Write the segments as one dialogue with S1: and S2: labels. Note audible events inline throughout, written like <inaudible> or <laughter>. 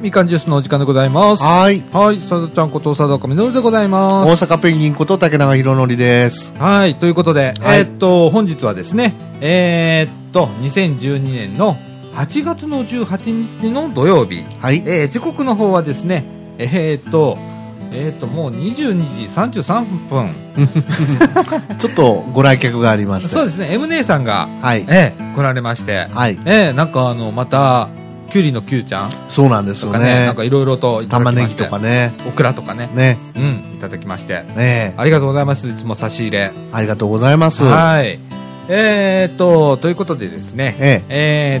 S1: みかんジュースのお時間でございます。
S2: はーい。
S1: はい、さだちゃんこと貞岡みのるでござい
S2: 大
S1: ます。
S2: 阪ペンギンこと竹永宏典です。
S1: はい、ということで、
S2: はい
S1: えーっと、本日はですね、えーっと、2012年の8月の18日の土曜日、
S2: はい。
S1: えー時刻の方はですね、えーっと、えーっと、もう22時33分。
S2: ちょっとご来客がありまして。
S1: そうですね、M 姉さんが、
S2: はい。
S1: えー来られまして、
S2: はい。
S1: えーなんかあの、また、キュリのキューちゃん
S2: そうなんです
S1: と
S2: よ
S1: かね、
S2: ね
S1: なん。かいろいろといただ
S2: 玉
S1: き
S2: ね
S1: ま
S2: ぎ
S1: して、
S2: とかね。
S1: オクラとかね、
S2: ね。
S1: うん、いただきまして、
S2: ね
S1: ありがとうございます。いつも差し入れ。
S2: ありがとうございます。
S1: はい。えーっと、ということでですね。
S2: ええ。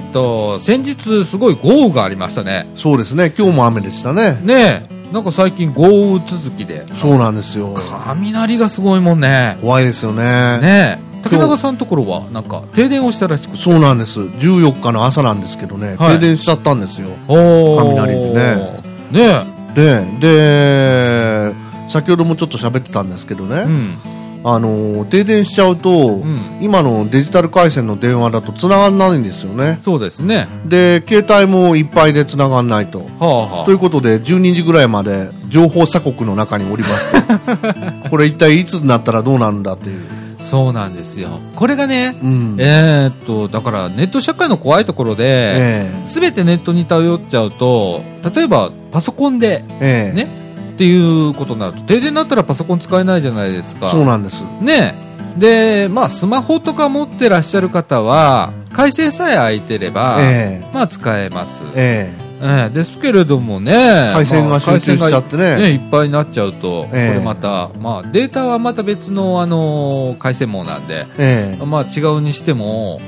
S1: えーっと、先日すごい豪雨がありましたね。
S2: そうですね。今日も雨でしたね。
S1: ねえ、なんか最近豪雨続きで。
S2: そうなんですよ。
S1: 雷がすごいもんね。
S2: 怖いですよね。
S1: ねえ。竹永さんのところは、なんか停電をしたらしくて。
S2: そうなんです。14日の朝なんですけどね。
S1: はい
S2: 停電しちゃったんですよ。
S1: おー
S2: 雷でね。
S1: ね
S2: で、で、先ほどもちょっと喋ってたんですけど
S1: え。
S2: ね。
S1: うん。
S2: あの、停電しちゃうと、
S1: ん
S2: 今のデジタル回線の電話だと繋がんないんですよね。
S1: そうですね。
S2: で、携帯もいっぱいで繋がんないと。
S1: はあはあ
S2: ということで、12時ぐらいまで情報鎖国の中におりま
S1: <laughs>
S2: して、これ一体いつになったらどうなるんだっていう。
S1: そうなんですよ。これがね、
S2: うん。
S1: えーっと、だからネット社会の怖いところで、
S2: え
S1: すべてネットに頼っちゃうと、例えばパソコンで、
S2: えええ
S1: ね、っていうことになると、停電になったらパソコン使えないじゃないですか。
S2: そうなんです。
S1: ねで、まあ、スマホとか持ってらっしゃる方は、回線さえ空いてれば、
S2: え
S1: まあ、使えます。え
S2: ええ
S1: えですけれどもね、
S2: 回線
S1: ま
S2: が
S1: あ
S2: 集中しちゃってね。
S1: ね、いっぱいになっちゃうと、
S2: ええ
S1: これまた、まあ、データはまた別の、あの回線網なんで、
S2: ええ
S1: まあ、違うにしても、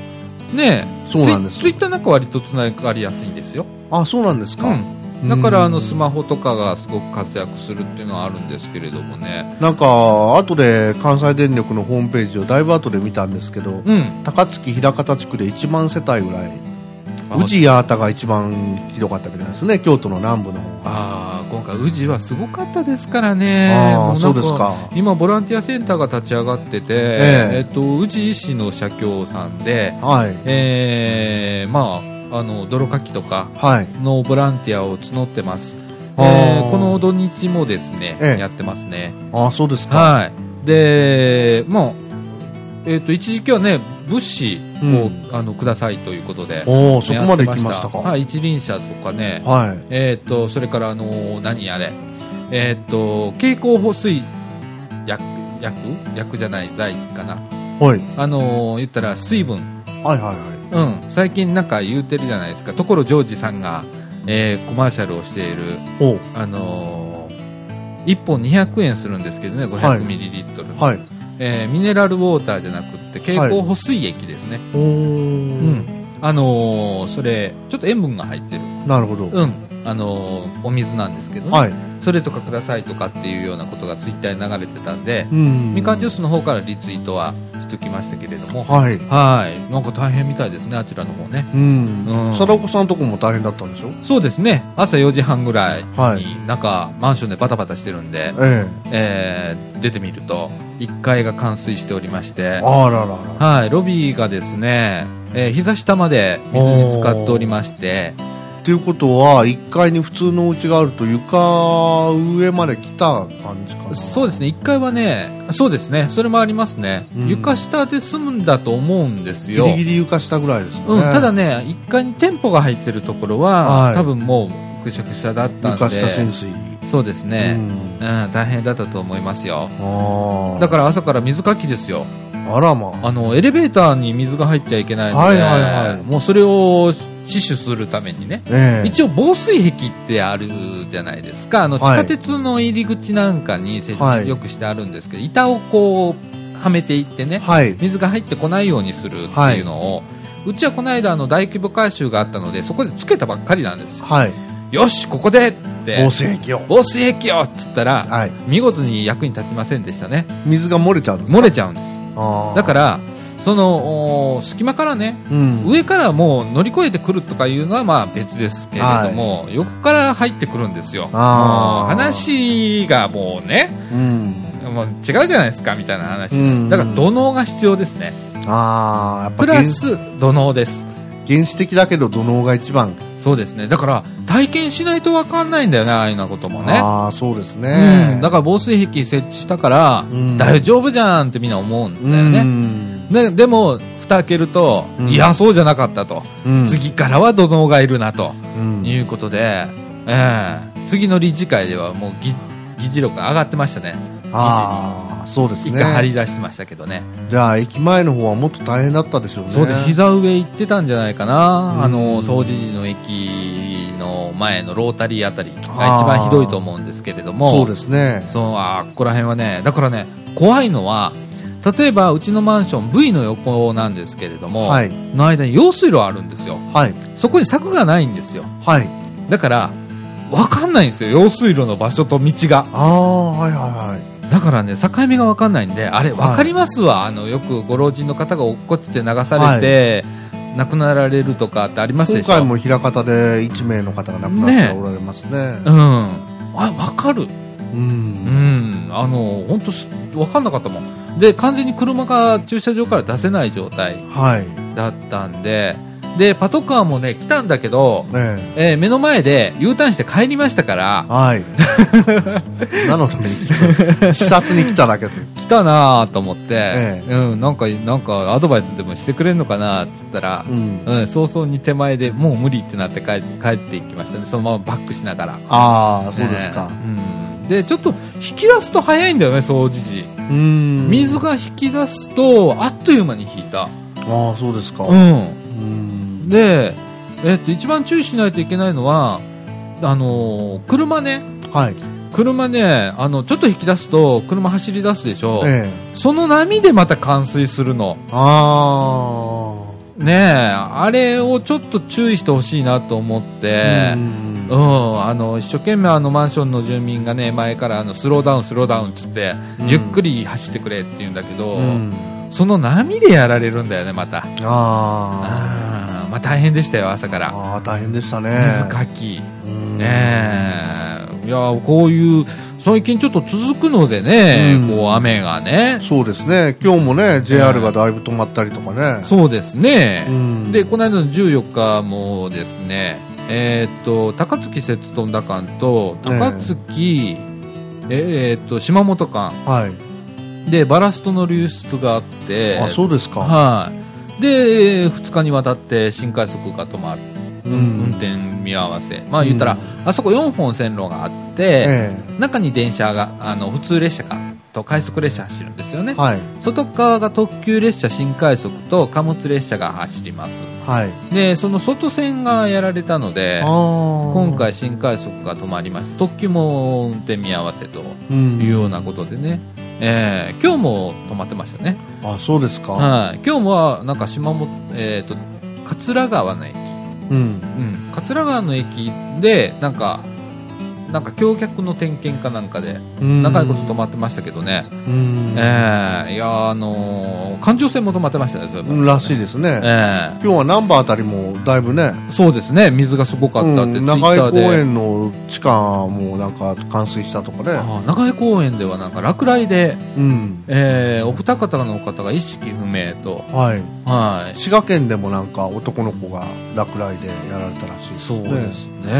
S1: ね
S2: そうなんで
S1: ツ
S2: す
S1: イツイッターなんか割とつながりやすいんですよ。
S2: あ、そうなんですか。
S1: うん、だからあのス
S2: マ
S1: マホとかがすごく活躍するっていうのはあるんですけれどもね、
S2: なんか、後で関西電力のホームページをだいぶ後で見たんですけど、
S1: うん、
S2: 高槻平方地区で1万世帯ぐらい、
S1: あ
S2: 宇治八幡が一番ひどかったみたいですね、京都の南部の方が。
S1: ああ今回、宇治はすごかったですからね、
S2: あ
S1: も
S2: あ、
S1: な
S2: そ
S1: ん
S2: うですか。
S1: 今、ボランティアセンターが立ち上がってて、
S2: ええ
S1: えっと宇治医師の社協さんで、
S2: はい。
S1: えーまあ、あの泥かきとか
S2: はい。
S1: のボランティアを募ってます、
S2: あー
S1: えーこの土日もですね、
S2: ええ
S1: やってますね。
S2: ああ、そうですか。
S1: はい。で、もう、えっ、と、一時期はね、物資を、
S2: うん
S1: あの、くださいということで。
S2: おお、そこまで行きましたか。
S1: は
S2: はい。
S1: い、一輪車とかね。
S2: はい。
S1: えっ、と、それから、あのー何あれ。えっ、と、蛍光補水薬、薬薬じゃない、剤かな。
S2: はい。
S1: あのー言ったら水分。
S2: はいは
S1: うん。最近なんか言うてるじゃないですか。ところジョージさんが、えーコマーシャルをしている、
S2: い。おう
S1: あのー、1本200円するんですけどね、
S2: はい
S1: 500ミリリットル。
S2: はい。
S1: えーミネラルウォーターじゃなくって蛍光補水液ですね、
S2: お
S1: う
S2: ー。
S1: んあのーそれちょっと塩分が入ってる、
S2: なるほど。
S1: うんあのーお水なんですけどね、
S2: はい。
S1: それとかくださいとかっていうようなことがツイッターに流れてたんで、
S2: うん。
S1: みかんジュー
S2: ス。
S1: スの方からリツイートはしときましたけれども
S2: はい。
S1: はいなんか大変みたいですねあちらの方ね
S2: うん。
S1: うん
S2: 貞子さんとこも大変だったんでしょ
S1: そうですね朝4時半ぐらいに、
S2: はい
S1: なんかマンションでバタバタしてるんで、
S2: え
S1: えー出てみると1階が冠水しておりまして
S2: え。あらららら。
S1: はい、ロビーがですね、えー膝下まで水に浸かっておりまして、
S2: っていうことは、1階に普通のお家があると床上まで来た感じかな。
S1: そうですね、。1階はね、そうですね、それもありますね。
S2: うん
S1: 床下で済むんだと思うんです
S2: ギ
S1: よ。
S2: リギリ床下ぐらいですかね。
S1: うん、ただね、1階に店舗が入ってるところは、
S2: はい
S1: 多分もうぐしゃぐしゃだったん
S2: 床下
S1: で
S2: 浸、水。
S1: そうですね、
S2: うん
S1: うん、大変だったと思いますよ。
S2: ああ。
S1: だから朝から水かきですよ。
S2: ら、あらまあ。
S1: あの、エレベーターに水が入っちゃいけないので、
S2: はいはいはい
S1: もうそれを死守するためにね、
S2: ええ。
S1: 一応防水壁ってあるじゃないですかあの地
S2: はい
S1: 下鉄の入り口なんかに設
S2: は
S1: 置
S2: い
S1: よくしてあるんですけど、板をこうはめていってね、
S2: はい。
S1: 水が入ってこないようにするって
S2: はい
S1: いうのを、うちはこの間あの大規模改修があったのでそこでつけたばっかりなんですよ
S2: はい。
S1: よしここでって
S2: 防水壁を。
S1: 防水壁よっつったら
S2: はい。
S1: 見事に役に立ちませんでしたね
S2: 水が漏れちゃうんです
S1: 漏れちゃうんです
S2: あー
S1: だからそのお隙間からね
S2: うん。
S1: 上からもう乗り越えてくるとかいうのはまあ別ですけれども、横から入ってくるんですよ。もう
S2: あー
S1: 話がもうね、
S2: うん。
S1: もう違うじゃないですかみたいな話
S2: うんうん
S1: だから土のうが必要ですね。
S2: ああ、やっぱ
S1: プラ
S2: 原始
S1: ス土のうです。
S2: 原始的だけど土のうが一番
S1: そうですね。だから、体験しないとわかんないんだよね、ああいうようなこともね。
S2: ああ、そうですね。
S1: うん。だから防水壁設置したから
S2: う、ん
S1: 大丈夫じゃんってみんな思うんだよ
S2: う
S1: ね。
S2: ん
S1: ね、でも、蓋開けると、
S2: うん
S1: いや、そうじゃなかったと。
S2: うん
S1: 次からは土のうがいるな、と
S2: うん
S1: いうことで、ええ次の理事会ではもう議、議事録上がってましたね。
S2: ああ、そうです
S1: 一
S2: ね。
S1: 回張り出してましたけどね。
S2: じゃあ、駅前の方はもっと大変だったでしょうね。
S1: そうです、膝上行ってたんじゃないかな、
S2: うん
S1: あの総除寺の駅の前のロータリーあたりが一番ひどいと思うんですけれども、
S2: そうですね。
S1: そうあーここら辺はね、だからね、怖いのは、例えばうちのマンション、V の横なんですけれども、
S2: はい。
S1: の間に用水路あるんですよ、
S2: はい。
S1: そこに柵がないんですよ、
S2: はい。
S1: だから分かんないんですよ、用水路の場所と道が。
S2: ああ、はいはいはい。
S1: だからね、境目が分かんないんで、あれ、分かりますわ、あのよくご老人の方が落っこちて流されて、亡くなられるとかってありますで
S2: 今
S1: しょ、
S2: 回も枚方で1名の方が亡くなっておられますね。
S1: うん、あ分かる、
S2: う。
S1: うんん、あの本当、分かんなかったもん、で完全に車が駐車場から出せない状態
S2: はい。
S1: だったんで、でパトカーもね、来たんだけど、
S2: ねえ
S1: えー目の前で U ターンして帰りましたから、
S2: はい。 <laughs> 何のために来たの視察に来ただけで。
S1: 来たなぁと思って、
S2: え
S1: うん、なんか、なんかアドバイスでもしてくれんのかなっつったら
S2: う、ん。
S1: うん、早々に手前でもう無理ってなって帰帰っていきましたねそのままバックしながら
S2: ああ、そうですか。
S1: ねうん、でちょっと引き出すと早いんだよね掃除時、
S2: うん。
S1: 水。が引き出すとあっという間に引いた、
S2: ああ、そうですか。
S1: うん、
S2: うん。
S1: で、えっと一番注意しないといけないのはあのー車ね
S2: はい。
S1: 車ねあのちょっと引き出すと車走り出すでしょ、
S2: ええ。
S1: その波でまた冠水するの
S2: あ
S1: ねえあれをちょっと注意してほしいなと思っ
S2: あ。
S1: て、
S2: うん
S1: うん、あの一生懸命あのマンションの住民がね前からあのスローダウン、スローダウンっつって、
S2: うん
S1: ゆっくり走ってくれって言うんだけど、
S2: うん。
S1: その波でやられるんだよね、また。
S2: ああ。
S1: あーまあ、大変でしたよ、朝から、
S2: ああ、大変でしたね。
S1: 水かき、
S2: うん
S1: ねえいやこういう、最近ちょっと続くのでね、
S2: うん
S1: こう雨がね、
S2: そうですね、今日もね、JR がだいぶ止まったりとかね、
S1: そうですね、
S2: うん
S1: でこの間の14日もですね、えーっと高槻摂頓田間と
S2: ええ
S1: 高槻、ええーっと島本間
S2: はい、
S1: でバラストの流出があって
S2: あそうですか、
S1: はいで2日にわたって新快速が止まる、
S2: うん
S1: 運転見合わせまあ言ったら、
S2: うん
S1: あそこ4本線路があって、
S2: え
S1: 中に電車があの普通列車がと快速列車走るんですよね
S2: え、はい、
S1: 外側が特急列車新快速と貨物列車が走ります
S2: はい、
S1: でその外線がやられたので今
S2: 今、
S1: 回新快速が止まりました特急も運転見合わせと
S2: うん
S1: いうようなことでね、えー今日も止まってましたね、
S2: あそうですか、
S1: はい、今日もなんか島本、えー、と桂川の駅、
S2: うん、
S1: うん、桂川の駅でなんかなんか橋脚の点検かなんかで長いこと止まってましたけどね、
S2: うん、
S1: えーいやーあのー環状線も止まってましたねそれ
S2: うんらしい
S1: い、
S2: ですね、
S1: え
S2: 今日は難波あたりもだいぶね、
S1: ーそうですね水がすごかったって、
S2: うん
S1: ツイッタ
S2: 長井
S1: ー
S2: 公
S1: で
S2: 園の地下もなんか冠水したとかね、
S1: あー長江公園ではなんか落雷で、
S2: うん、
S1: えーお二方の方が意識不明と、
S2: はい、
S1: はい、
S2: 滋賀県でもなんか男の子が落雷でやられたらしいですね。
S1: そうですね、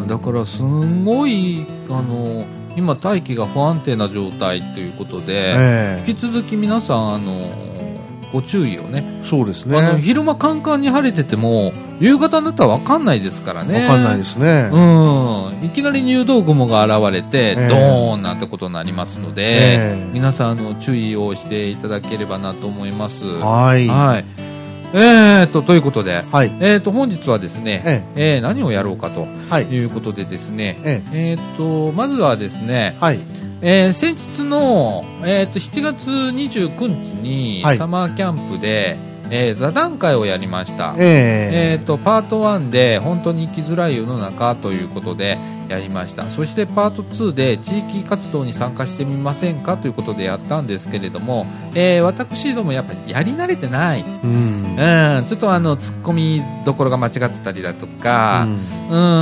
S2: うん
S1: だからすんごいあの今大気が不安定な状態ということで、
S2: ええ
S1: 引き続き皆さんあのご注意をね
S2: そうですね。
S1: あの昼間カンカンに晴れてても夕方になったら分かんないですからね
S2: わかんないですね。
S1: うん、いきなり入道雲が現れて、
S2: ええ
S1: ドーンなんてことになりますので、
S2: ええ
S1: 皆さんあの注意をしていただければなと思います。は
S2: はい
S1: い。。えー、と、ということで、
S2: はい。
S1: えー、と、本日はですね、
S2: え
S1: えー何をやろうかと
S2: え、はい。
S1: いうことでですね、
S2: え
S1: えー、と、まずはですね
S2: え、、はい。
S1: えー先日の、えー、と7月29日に
S2: はい
S1: サマーキャンプで、えー座談会をやりました。え
S2: ええ
S1: ー、とパート1で本当に生きづらい世の中ということでやりましたそしてパート2で地域活動に参加してみませんかということでやったんですけれども、えー私どもやっぱりやり慣れてない、うん、
S2: うん。
S1: ちょっとあのツッコミどころが間違ってたりだとか、う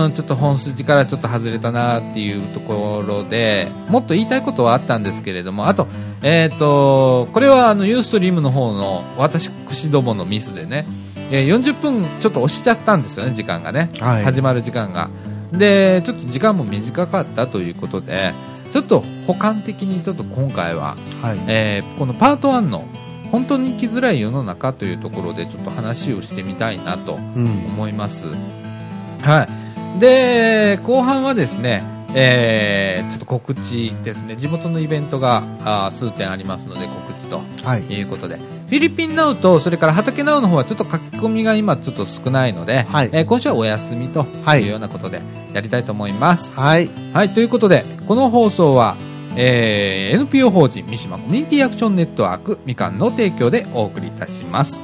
S1: ん、ちょっと本筋からちょっと外れたなっていうところでもっと言いたいことはあったんですけれどもあと,、えー、とこれはあのユーストリームの方の私どものミスでねえー40分ちょっと押しちゃったんですよね、時間がね、
S2: はい
S1: 始まる時間が。で、ちょっと時間も短かったということで、ちょっと補完的にちょっと今回は、
S2: はい。
S1: えーこのパート1の本当に生きづらい世の中というところでちょっと話をしてみたいなと
S2: うん。
S1: 思います。はい。で、後半はですね、えーちょっと告知ですね。地元のイベントがあー数点ありますので告知と
S2: はい。
S1: いうことで。フィリピンナウと、それから畑ナウの方はちょっと書き込みが今ちょっと少ないので、
S2: はい
S1: えー今週はお休みと
S2: はいいう
S1: ようなことでやりたいと思います。
S2: はい。
S1: はい、ということで、この放送は、えー NPO 法人三島コミュニティアクションネットワークみかんの提供でお送りいたします。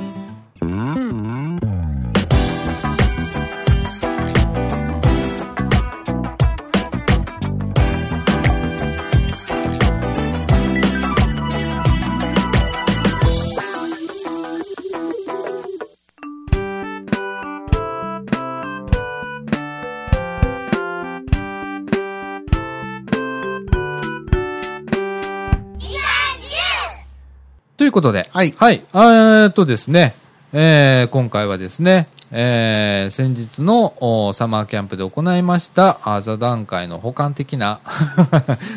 S1: ということで、
S2: はい
S1: はい、えーっとですね、えー今回はですね、えー先日のおーサマーキャンプで行いました、あー座談会の補完的
S2: <laughs>
S1: な、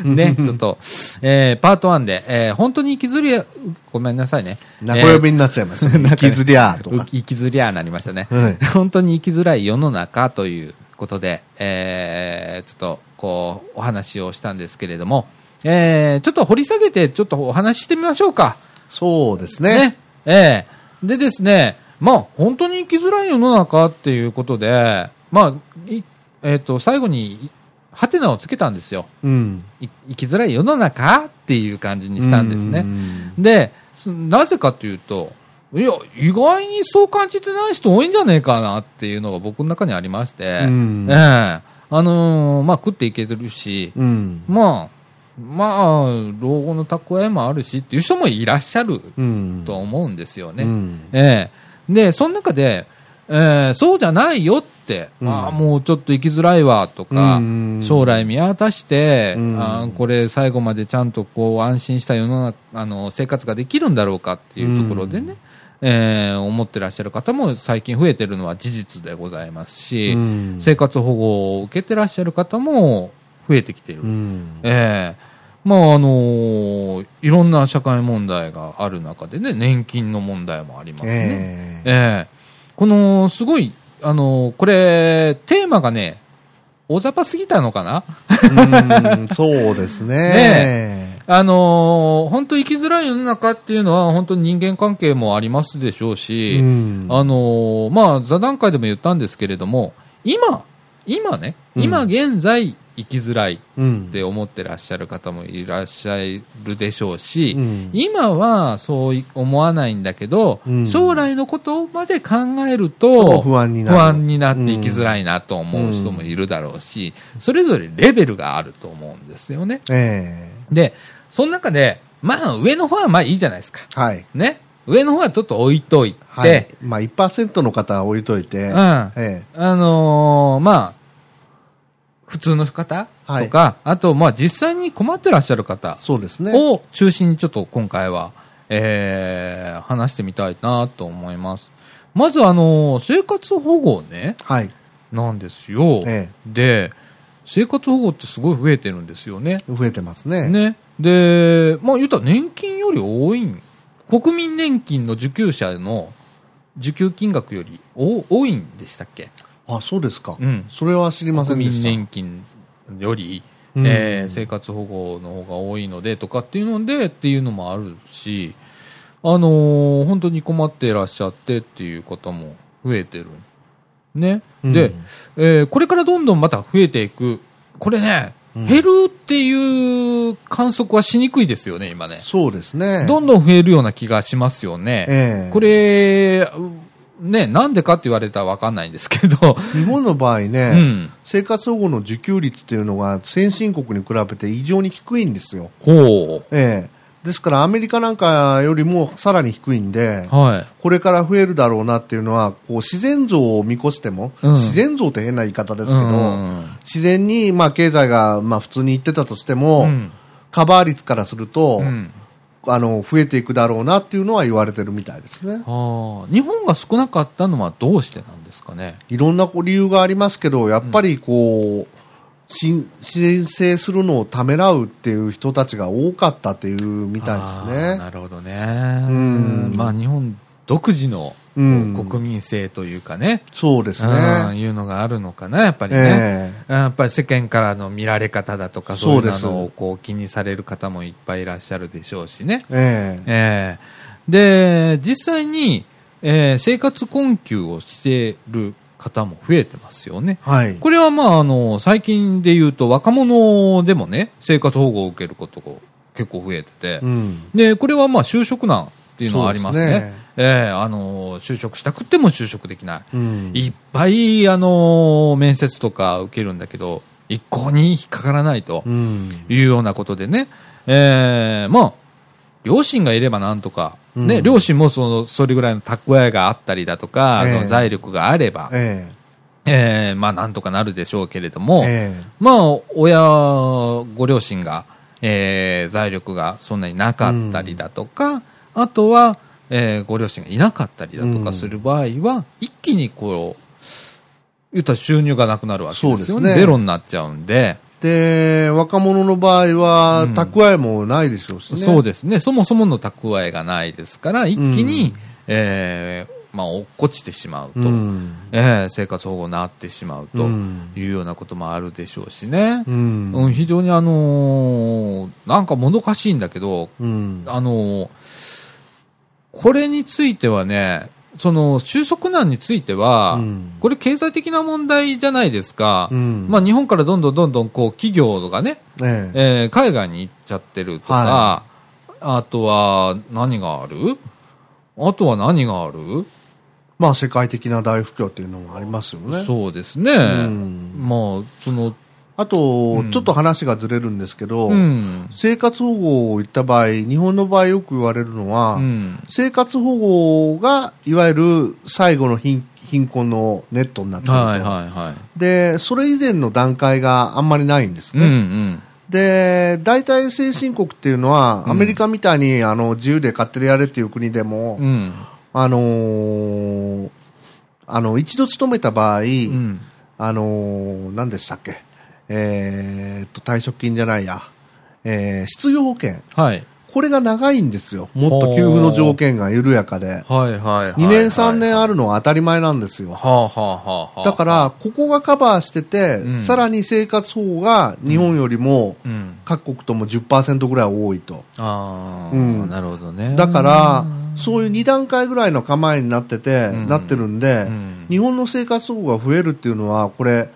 S1: ね、ちょっと、えーパート1で、えー本当に生きづりゃ、ごめんなさいね。
S2: 中呼びになっちゃいますね。生きずりゃーと
S1: う
S2: か。
S1: 生きづりゃあなりましたね、
S2: はい
S1: <laughs> 本当に生きづらい世の中ということで、えーちょっとこうお話をしたんですけれども、えーちょっと掘り下げてちょっとお話ししてみましょうか。
S2: そうです
S1: ね。
S2: ね。
S1: ええでですね、まあ本当に生きづらい世の中っていうことで、まあ、いえっ、と、最後に、ハテナをつけたんですよ。
S2: うん。
S1: い生きづらい世の中っていう感じにしたんですね。
S2: うん
S1: で、すなぜかというと、いや、意外にそう感じてない人多いんじゃねえかなっていうのが僕の中にありまして、
S2: うん
S1: ええあのーまあ食っていけるし、
S2: うん。
S1: まあ、まあ、老後の蓄えもあるしっていう人もいらっしゃる
S2: うん。
S1: と思うんですよね。
S2: うん
S1: ええで、その中で、ええそうじゃないよって、
S2: うん
S1: ああ、もうちょっと生きづらいわとか、
S2: うん
S1: 将来見渡して、
S2: うん
S1: ああこれ最後までちゃんとこう安心した世の中、あの、生活ができるんだろうかっていうところでね、ええ思ってらっしゃる方も最近増えてるのは事実でございますし、
S2: うん
S1: 生活保護を受けてらっしゃる方も増えてきている。
S2: うん。
S1: ええまああのいろんな社会問題がある中でね、年金の問題もありますね。
S2: え
S1: ええこの、すごい、あのこれ、テーマがね、大雑把すぎたのかな
S2: え。うんそうで
S1: <laughs>
S2: すね。
S1: あの本当生きづらい世の中っていうのは、本当に人間関係もありますでしょうし、
S2: うん
S1: あのまあ、座談会でも言ったんですけれども、今、今ね、今
S2: うん
S1: 現在生きづらい
S2: うん
S1: って思ってらっしゃる方もいらっしゃるでしょうし、
S2: うん
S1: 今はそう思わないんだけど、
S2: うん
S1: 将来のことまで考える
S2: そう
S1: と
S2: 不安になる
S1: 不安になって生きづらいなと思う人もいるだろうし、それぞれレベルがあると思うんですよね。
S2: え
S1: で、その中で、まあ上の方はまあいいじゃないですか。
S2: え。はい。
S1: ね。上の方はちょっと置いといて、
S2: はい。まあ1%の方は置いといて。
S1: うん
S2: ええ。
S1: あのーまあ、普通の方
S2: はい
S1: とか、あと、まあ、実際に困ってらっしゃる方
S2: そうですね。
S1: を中心にちょっと今回は、えー、話してみたいなと思います。まず、あのー生活保護ね、
S2: はい。
S1: なんですよ。
S2: え
S1: で、生活保護ってすごい増えてるんですよね。
S2: 増えてますね。
S1: ね。で、まあ、言ったら年金より多いん、国民年金の受給者の受給金額よりお多いんでしたっけ
S2: あ、そうですか。
S1: うん
S2: それは知りません
S1: 国
S2: で
S1: 民
S2: した。
S1: 年金より、
S2: うん
S1: えー生活保護の方が多いのでとかっていうのでっていうのもあるし、あのー本当に困っていらっしゃってっていう方も増えてる。ね。
S2: うん
S1: で、えーこれからどんどんまた増えていく。これね、
S2: うん
S1: 減るっていう観測はしにくいですよね、今ね。
S2: そうですね。
S1: どんどん増えるような気がしますよね。
S2: ええ
S1: これ、うね、なんでかって言われたらわかんないんですけど、
S2: 日本の場合ね、
S1: うん
S2: 生活保護の受給率っていうのが先進国に比べて異常に低いんですよ。
S1: ほ
S2: ええですからアメリカなんかよりもさらに低いんで
S1: う。、はい。
S2: これから増えるだろうなっていうのは、こう自然増を見越しても、
S1: うん
S2: 自然増って変な言い方ですけど、
S1: うん
S2: 自然に、まあ、経済が、まあ、普通にいってたとしても、
S1: うん
S2: カバー率からすると、
S1: うん
S2: あの増えていくだろうなっていうのは言われてるみたいですね。
S1: はあ、日本が少なかったのはどうしてなんですかね。
S2: いろんなこう理由がありますけど、やっぱりこう、申申請するのをためらうっていう人たちが多かったっていうみたい
S1: あ
S2: で
S1: ー
S2: すね。
S1: なるほどね。
S2: ん
S1: まあ日本独自の
S2: うん
S1: 国民性というかね、
S2: そうです
S1: うん
S2: ね。
S1: いうのがあるのかな、やっぱりね。
S2: ええ
S1: うんやっぱり世間からの見られ方だとか、そういう
S2: そう
S1: のを
S2: です
S1: こう気にされる方もいっぱいいらっしゃるでしょうしね。
S2: ええ
S1: ええで、実際に、えー生活困窮をしてる方も増えてますよね。
S2: はい。
S1: これはまあ、あの、最近で言うと若者でもね、生活保護を受けることが結構増えてて、
S2: うん。
S1: で、これはまあ就職難っていうのはありますね。
S2: そうですね
S1: ええあの、就職したくっても就職できない。
S2: うん。
S1: いっぱい、あの、面接とか受けるんだけど、一向に引っかからないと
S2: うん。
S1: いうようなことでね、ええまあ、両親がいればなんとか、ね、
S2: うん
S1: 両親もその、それぐらいの蓄えがあったりだとか、あの
S2: ええ
S1: 財力があれば、
S2: え
S1: ええまあなんとかなるでしょうけれども、
S2: えええ
S1: まあ、親、ご両親が、えー財力がそんなになかったりだとか、あとは、えーご両親がいなかったりだと
S2: う
S1: か
S2: ん
S1: する場合は、一気にこう、言ったら収入がなくなるわけですよ
S2: そうで
S1: ね。
S2: すね
S1: ゼロになっちゃうんで、
S2: で、若者の場合は
S1: うん、
S2: 蓄えもないでしょうしね。
S1: そうですね。そもそもの蓄えがないですから、一気に、
S2: うん
S1: えーまあ、落っこちてしまうと、
S2: うん。
S1: えー生活保護になってしまうと
S2: うん
S1: いうようなこともあるでしょうしね。
S2: うん。
S1: うん、非常にあのーなんかもどかしいんだけど、
S2: うん。
S1: あのーこれについてはね、その、収束難については、
S2: うん
S1: これ経済的な問題じゃないですか。
S2: うん
S1: まあ日本からどんどんどんどんこう企業がね、
S2: ええ
S1: えー海外に行っちゃってるとか、
S2: は
S1: あとは何があるあとは何がある、
S2: まあ世界的な大不況っていうのもありますよね。
S1: そうですね。
S2: ん
S1: まあ、その、
S2: あと、
S1: ん
S2: ちょっと話がずれるんですけど、
S1: うん。
S2: 生活保護を言った場合、日本の場合よく言われるのは、
S1: うん
S2: 生活保護がいわゆる最後の貧貧困のネットになってると、
S1: はいはいはい。
S2: で、それ以前の段階があんまりないんです
S1: うんう
S2: ね。
S1: ん。
S2: で、大体先進国っていうのは、
S1: ん
S2: アメリカみたいにあの自由で勝手にやれっていう国でも、
S1: うん。
S2: あのーあの、一度勤めた場合、
S1: うん。
S2: あのー何でしたっけ、えーっと、退職金じゃないや、えー失業保険。
S1: はい。
S2: これが長いんですよ。もっと給付の条件が緩やかで。
S1: はいはいはい。
S2: 2年3年あ
S1: る。
S2: るのは当たり前なんですよ
S1: は。あはあはあはあ。
S2: だから、ここがカバーしてて、
S1: うん
S2: さらに生活保護が日本よりも
S1: うん。
S2: 各国とも10%ぐらい多いと。
S1: ああ、
S2: うん
S1: なるほどね。
S2: だから、そういう2段階ぐらいの構えになってて、
S1: うん
S2: なってるんで、
S1: うん
S2: 日本の生活保護が増えるっていうのは、これ、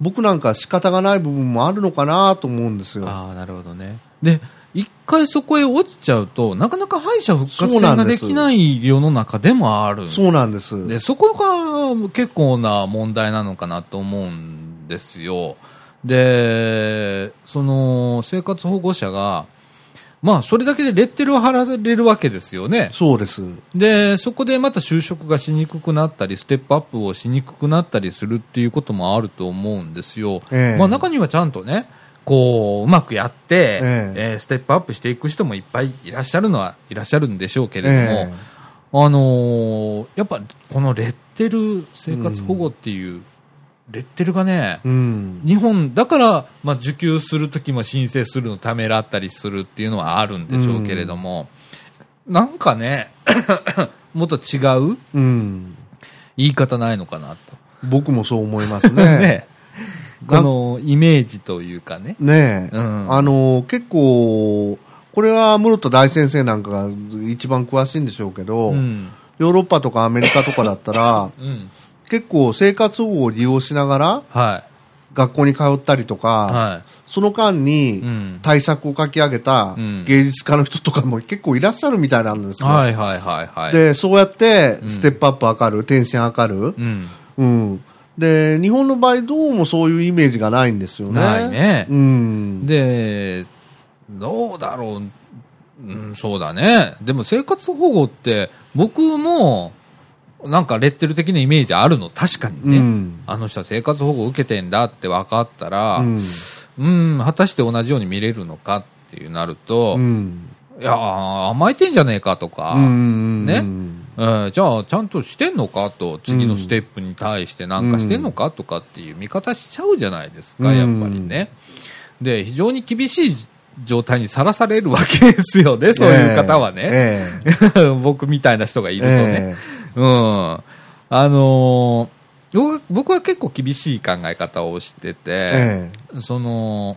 S2: 僕なんか仕方がない部分もあるのかなと思うんですよ。
S1: ああ、なるほどね。で、一回そこへ落ちちゃうと、なかなか敗者復活
S2: そう
S1: 戦
S2: なん
S1: が
S2: で
S1: ですきない世の中でもある。
S2: そうなんです。
S1: で、そこが結構な問題なのかなと思うんですよ。で、その、生活保護者が、まあ、それだけでレッテルを貼られるわけですよね。
S2: そうです。
S1: で、そこでまた就職がしにくくなったり、ステップアップをしにくくなったりするっていうこともあると思うんですよ。
S2: ええ
S1: まあ中にはちゃんとね、こう、うまくやって、
S2: ええ
S1: えーステップアップしていく人もいっぱいいらっしゃるのはいらっしゃるんでしょうけれども、
S2: ええ
S1: あのーやっぱこのレッテル生活保護っていう、レッテルがね、
S2: うん。
S1: 日本だから、まあ、受給するときも申請するのためらったりするっていうのはあるんでしょうけれども、なんかね、 <coughs> もっと違う
S2: うん。
S1: 言い方ないのかなと。
S2: 僕もそう思います
S1: <laughs>
S2: ね。
S1: ね。このイメージというかね。
S2: ねえ、
S1: うん
S2: あの結構、これは室田大先生なんかが一番詳しいんでしょうけど、
S1: うん。、
S2: ヨーロッパとかアメリカとかだったら
S1: <laughs> うん。
S2: 結構生活保護を利用しながら
S1: は
S2: 学校に通ったりとか、
S1: い。は
S2: その間
S1: い。う
S2: に
S1: ん。
S2: 対策を書き上げた
S1: うん
S2: 芸術家の人とかも結構いらっしゃるみたいなんですよ。
S1: はいはいはいはい。、
S2: で、そうやって
S1: うん
S2: ステップアップ測る、転身測る、
S1: うん。
S2: うん。で、日本の場合どうもそういうイメージがないんですよね。
S1: ないね
S2: うん。
S1: で、どうだろう、うん、そうだね。でも生活保護って、僕も、なんかレッテル的なイメージあるの、確かにね。
S2: うん
S1: あの人は生活保護受けてんだって分かったら、
S2: うん
S1: うん、果たして同じように見れるのかっていうなると、
S2: うん。
S1: いやー、甘えてんじゃねえかとか、
S2: うん
S1: ねえーじゃあ、ちゃんとしてんのかと、次のステップに対してなんかしてんのかとかっていう見方しちゃうじゃないですか、
S2: うん
S1: やっぱりね。で、非常に厳しい状態にさらされるわけですよね、そういう方はね。
S2: ええ
S1: <laughs> 僕みたいな人がい
S2: え
S1: るとね。うん。あのーよう僕は結構厳しい考え方をしてて、
S2: ええ
S1: その、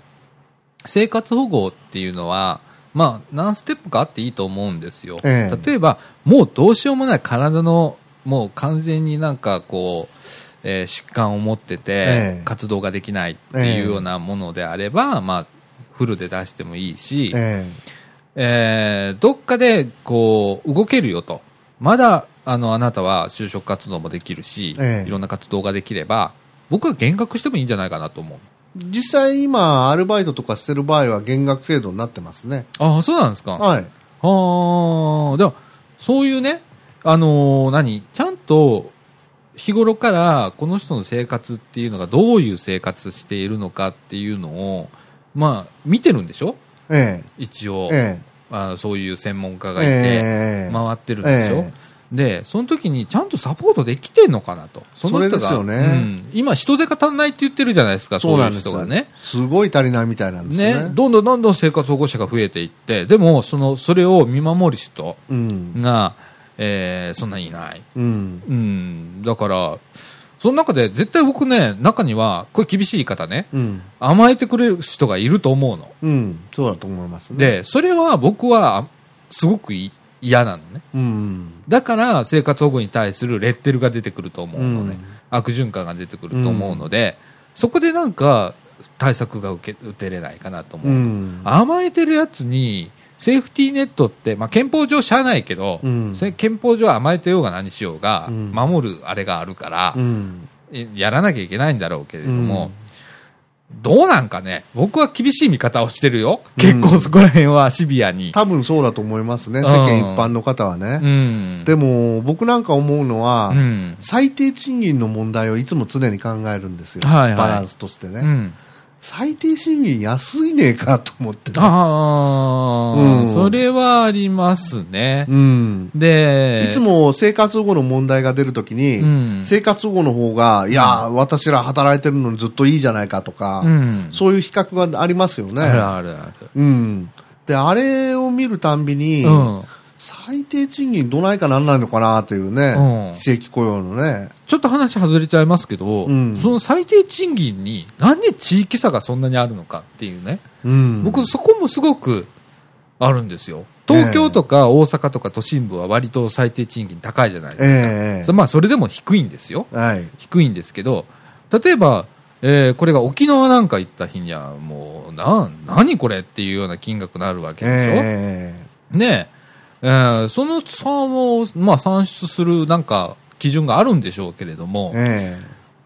S1: 生活保護っていうのは、まあ、何ステップかあっていいと思うんですよ。
S2: ええ
S1: 例えば、もうどうしようもない体の、もう完全になんかこう、えー疾患を持ってて、
S2: ええ
S1: 活動ができないっていうようなものであれば、まあ、フルで出してもいいし、
S2: ええ
S1: えーどっかでこう動けるよと、まだあのあなたは就職活動もできるし、
S2: ええ
S1: いろんな活動ができれば、僕は減額してもいいんじゃないかなと思う。
S2: 実際今、アルバイトとかしてる場合は減額制度になってますね。
S1: ああ、そうなんですか。あ
S2: はい。
S1: あー、でも、そういうね、あのー何、ちゃんと日頃からこの人の生活っていうのがどういう生活しているのかっていうのを、まあ、見てるんでしょ
S2: え
S1: 一
S2: え
S1: 応、
S2: え
S1: あーそういう専門家
S2: え
S1: がいて。
S2: ええ
S1: 回ってるんでしょ、
S2: え
S1: で、その時にちゃんとサポートできてんのかなと。その人が。
S2: それですよね
S1: うん今人手が足んないって言ってるじゃないですか、そういう人
S2: よ
S1: がね。
S2: すごい足りないみたいなんです
S1: ね
S2: ね。
S1: どんどんどんどん生活保護者が増えていって、でも、その、それを見守る人
S2: うん。
S1: が、えーそんなにいない。
S2: うん。
S1: うん、だから、その中で絶対僕ね、中には、これ厳しい言い方ね、
S2: うん。
S1: 甘えてくれる人がいると思うの。
S2: うん。そうだと思いますね。、
S1: で、それは僕は、あすごくい嫌なのね。
S2: うん。
S1: だから生活保護に対するレッテルが出てくると思うので、
S2: うん
S1: 悪循環が出てくると思うので、そこでなんか対策が受け打てれないかなと思
S2: う
S1: う、
S2: ん。
S1: 甘えてるやつにセーフティーネットって、まあ、憲法上しゃあないけど、
S2: うん
S1: それ憲法上甘えてようが何しようが、
S2: うん
S1: 守るあれがあるから
S2: う、ん。
S1: えやらなきゃいけないんだろうけれども、どうなんかね僕は厳しい見方をしてるよ結構そこら辺はシビアに、
S2: 多分そうだと思いますね。
S1: うん
S2: 世間一般の方はね。
S1: うん
S2: でも、僕なんか思うのは、
S1: うん
S2: 最低賃金の問題をいつも常に考えるんですよ。
S1: はいはい
S2: バランスとしてね。
S1: うん
S2: 最低賃金安いねえかと思ってね。
S1: ああ、
S2: うん
S1: それはありますね。
S2: うん。
S1: で、
S2: いつ、も生活保護の問題が出るときに、
S1: うん
S2: 生活保護の方が、いやー、私ら働いてるのにずっといいじゃないかとか、
S1: うん、
S2: そういう比較がありますよね。
S1: あるあるある。
S2: うん。で、あれを見るたんびに、
S1: うん、
S2: 最低賃金どないかなんないのかなというね、
S1: うん
S2: 非正規雇用のね。
S1: ちょっと話外れちゃいますけど、
S2: うん
S1: その最低賃金になんで地域差がそんなにあるのかっていうね、
S2: うん。
S1: 僕そこもすごくあるんですよ。東京とか大阪とか都心部は割と最低賃金高いじゃないですか。
S2: ええ
S1: まあそれでも低いんですよ。
S2: はい。
S1: 低いんですけど、例えば、えーこれが沖縄なんか行った日には、もう、な、何これっていうような金額になるわけでしょ、
S2: え
S1: ねええーその差を、まあ、算出するなんか基準があるんでしょうけれど
S2: え
S1: も、
S2: え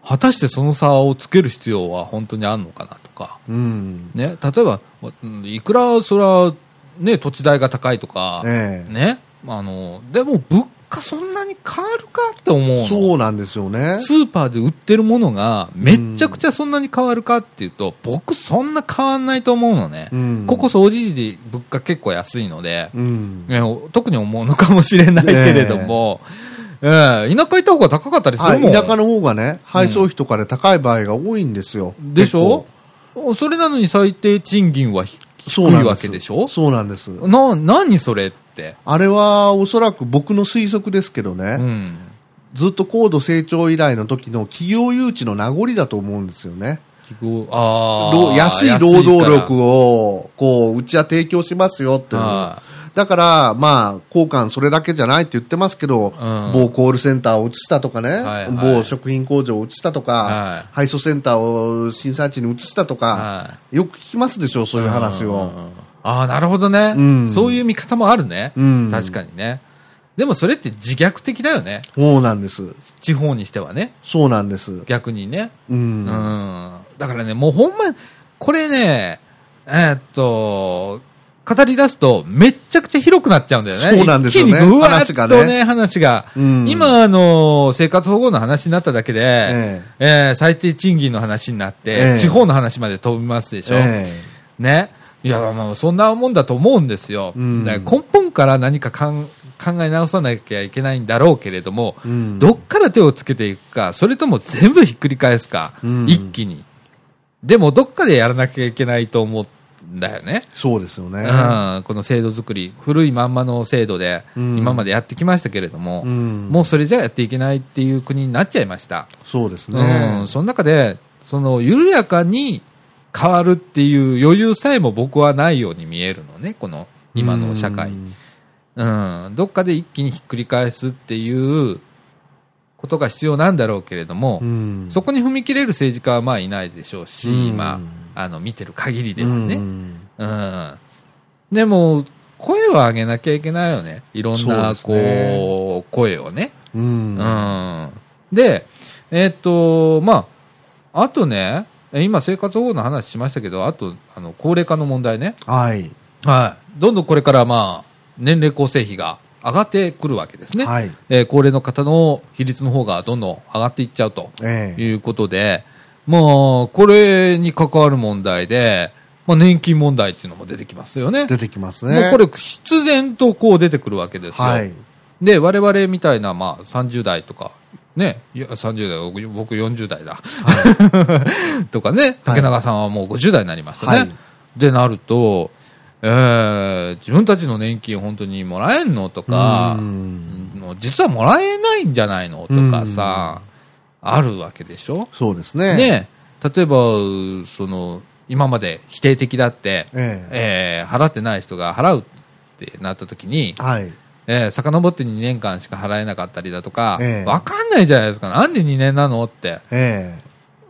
S1: 果たしてその差をつける必要は本当にあるのかなとか、
S2: えうん。
S1: ね、例えば、うんいくらそれは、ね、土地代が高いとか、
S2: ええ
S1: ね、あの、でも物価そんなに変わるかって思うの。
S2: そうなんですよね。
S1: スーパーで売ってるものがめっちゃくちゃそんなに変わるかっていうと、僕そんな変わんないと思うのね。
S2: うん
S1: ここ総じで物価結構安いので、
S2: うん。
S1: えお特に思うのかもしれないけれども、ええ田舎行った方が高かったりす
S2: は
S1: る
S2: い、
S1: もん。
S2: 田舎の方がね、配送費とかで高い場合が多いんですよ。
S1: でしょそれなのに最低賃金はひ低いわけでしょ
S2: そうなんです。
S1: な、何それって。
S2: あれはおそらく僕の推測ですけどね、
S1: うん。
S2: ずっと高度成長以来の時の企業誘致の名残だと思うんですよね。
S1: 企業あ
S2: 労
S1: ー
S2: 安い労働力
S1: を。
S2: を、こう、うちは提供しますよっていう。
S1: は
S2: だから、まあ、交換それだけじゃないって言ってますけど、
S1: ん
S2: 某コールセンターを移したとかね、
S1: はいはい
S2: 某食品工場を移したとか、
S1: は
S2: 配送センターを新産地に移したとか、
S1: はい
S2: よく聞きますでしょ、そういう話を。
S1: ああ、なるほどね、
S2: うん
S1: そういう見方もあるね、
S2: うん
S1: 確かにね。でもそれって自虐的だよね。
S2: そうなんです。
S1: 地方にしてはね。
S2: そうなんです。
S1: 逆にね。
S2: う。
S1: うんん。だからね、もうほんま、これね、えーっと、語り出すとめっちゃくちゃ広くなっちゃうんだよね。
S2: そうなんですよね
S1: 一気にぐわーっ
S2: 話が
S1: とね、
S2: ね
S1: 話が。
S2: うん
S1: 今、あの、生活保護の話になっただけで、え
S2: え
S1: ー最低賃金の話になって、
S2: ええ
S1: 地方の話まで飛びますでしょ。
S2: ええ
S1: ね。いや、まあ、そんなもんだと思うんですよ。
S2: うん
S1: だから根本から何かかん考え直さなきゃいけないんだろうけれども、
S2: うん
S1: どっから手をつけていくか、それとも全部ひっくり返すか、
S2: うん
S1: 一気に。でも、どっかでやらなきゃいけないと思うんだよね。
S2: そうですよね。
S1: うん、この制度作り、古いまんまの制度で、
S2: うん
S1: 今までやってきましたけれども、
S2: うん
S1: もうそれじゃやっていけないっていう国になっちゃいました。
S2: そうですね
S1: うん、。その中で、その緩やかに変わるっていう余裕さえも僕はないように見えるのね、この今の社会
S2: う。ん
S1: うん、どっかで一気にひっくり返すっていうことが必要なんだろうけれども、
S2: うん
S1: そこに踏み切れる政治家はまあいないでしょうし、
S2: うん
S1: 今、あの見てる限りではね。
S2: うん
S1: うん。でも、声を上げなきゃいけないよね。いろんな、
S2: そうですね
S1: こう、声をね。
S2: うん
S1: うん。で、えーっと、まあ、あとね、え今生活保護の話しましたけど、あと、あの、高齢化の問題ね。
S2: はい。
S1: はい。どんどんこれから、まあ、年齢構成費が上がってくるわけですね。
S2: はい。
S1: えー高齢の方の比率の方がどんどん上がっていっちゃうと。
S2: え
S1: と
S2: え。
S1: いうことで、まあ、これに関わる問題で、まあ、年金問題っていうのも出てきますよね。
S2: 出てきます
S1: もう
S2: ね。
S1: これ、必然とこう出てくるわけですよ。
S2: はい。
S1: で、我々みたいな、まあ、30代とか、ね、いや30代、僕僕40代だ。 <laughs> とかね、竹中さんはもう50代になりましたね。
S2: はい
S1: で、なると、えー自分たちの年金本当にもらえんのとか、
S2: うん
S1: もう実はもらえないんじゃないのとかさ、あるわけでしょ
S2: そうですね。
S1: ね、例えば、うその、今まで否定的だって、
S2: ええ。
S1: えー払ってない人が払うってなった時に、
S2: はい。
S1: えー、遡って2年間しか払えなかったりだとか、
S2: ええ
S1: わかんないじゃないですか。なんで2年なのって。
S2: え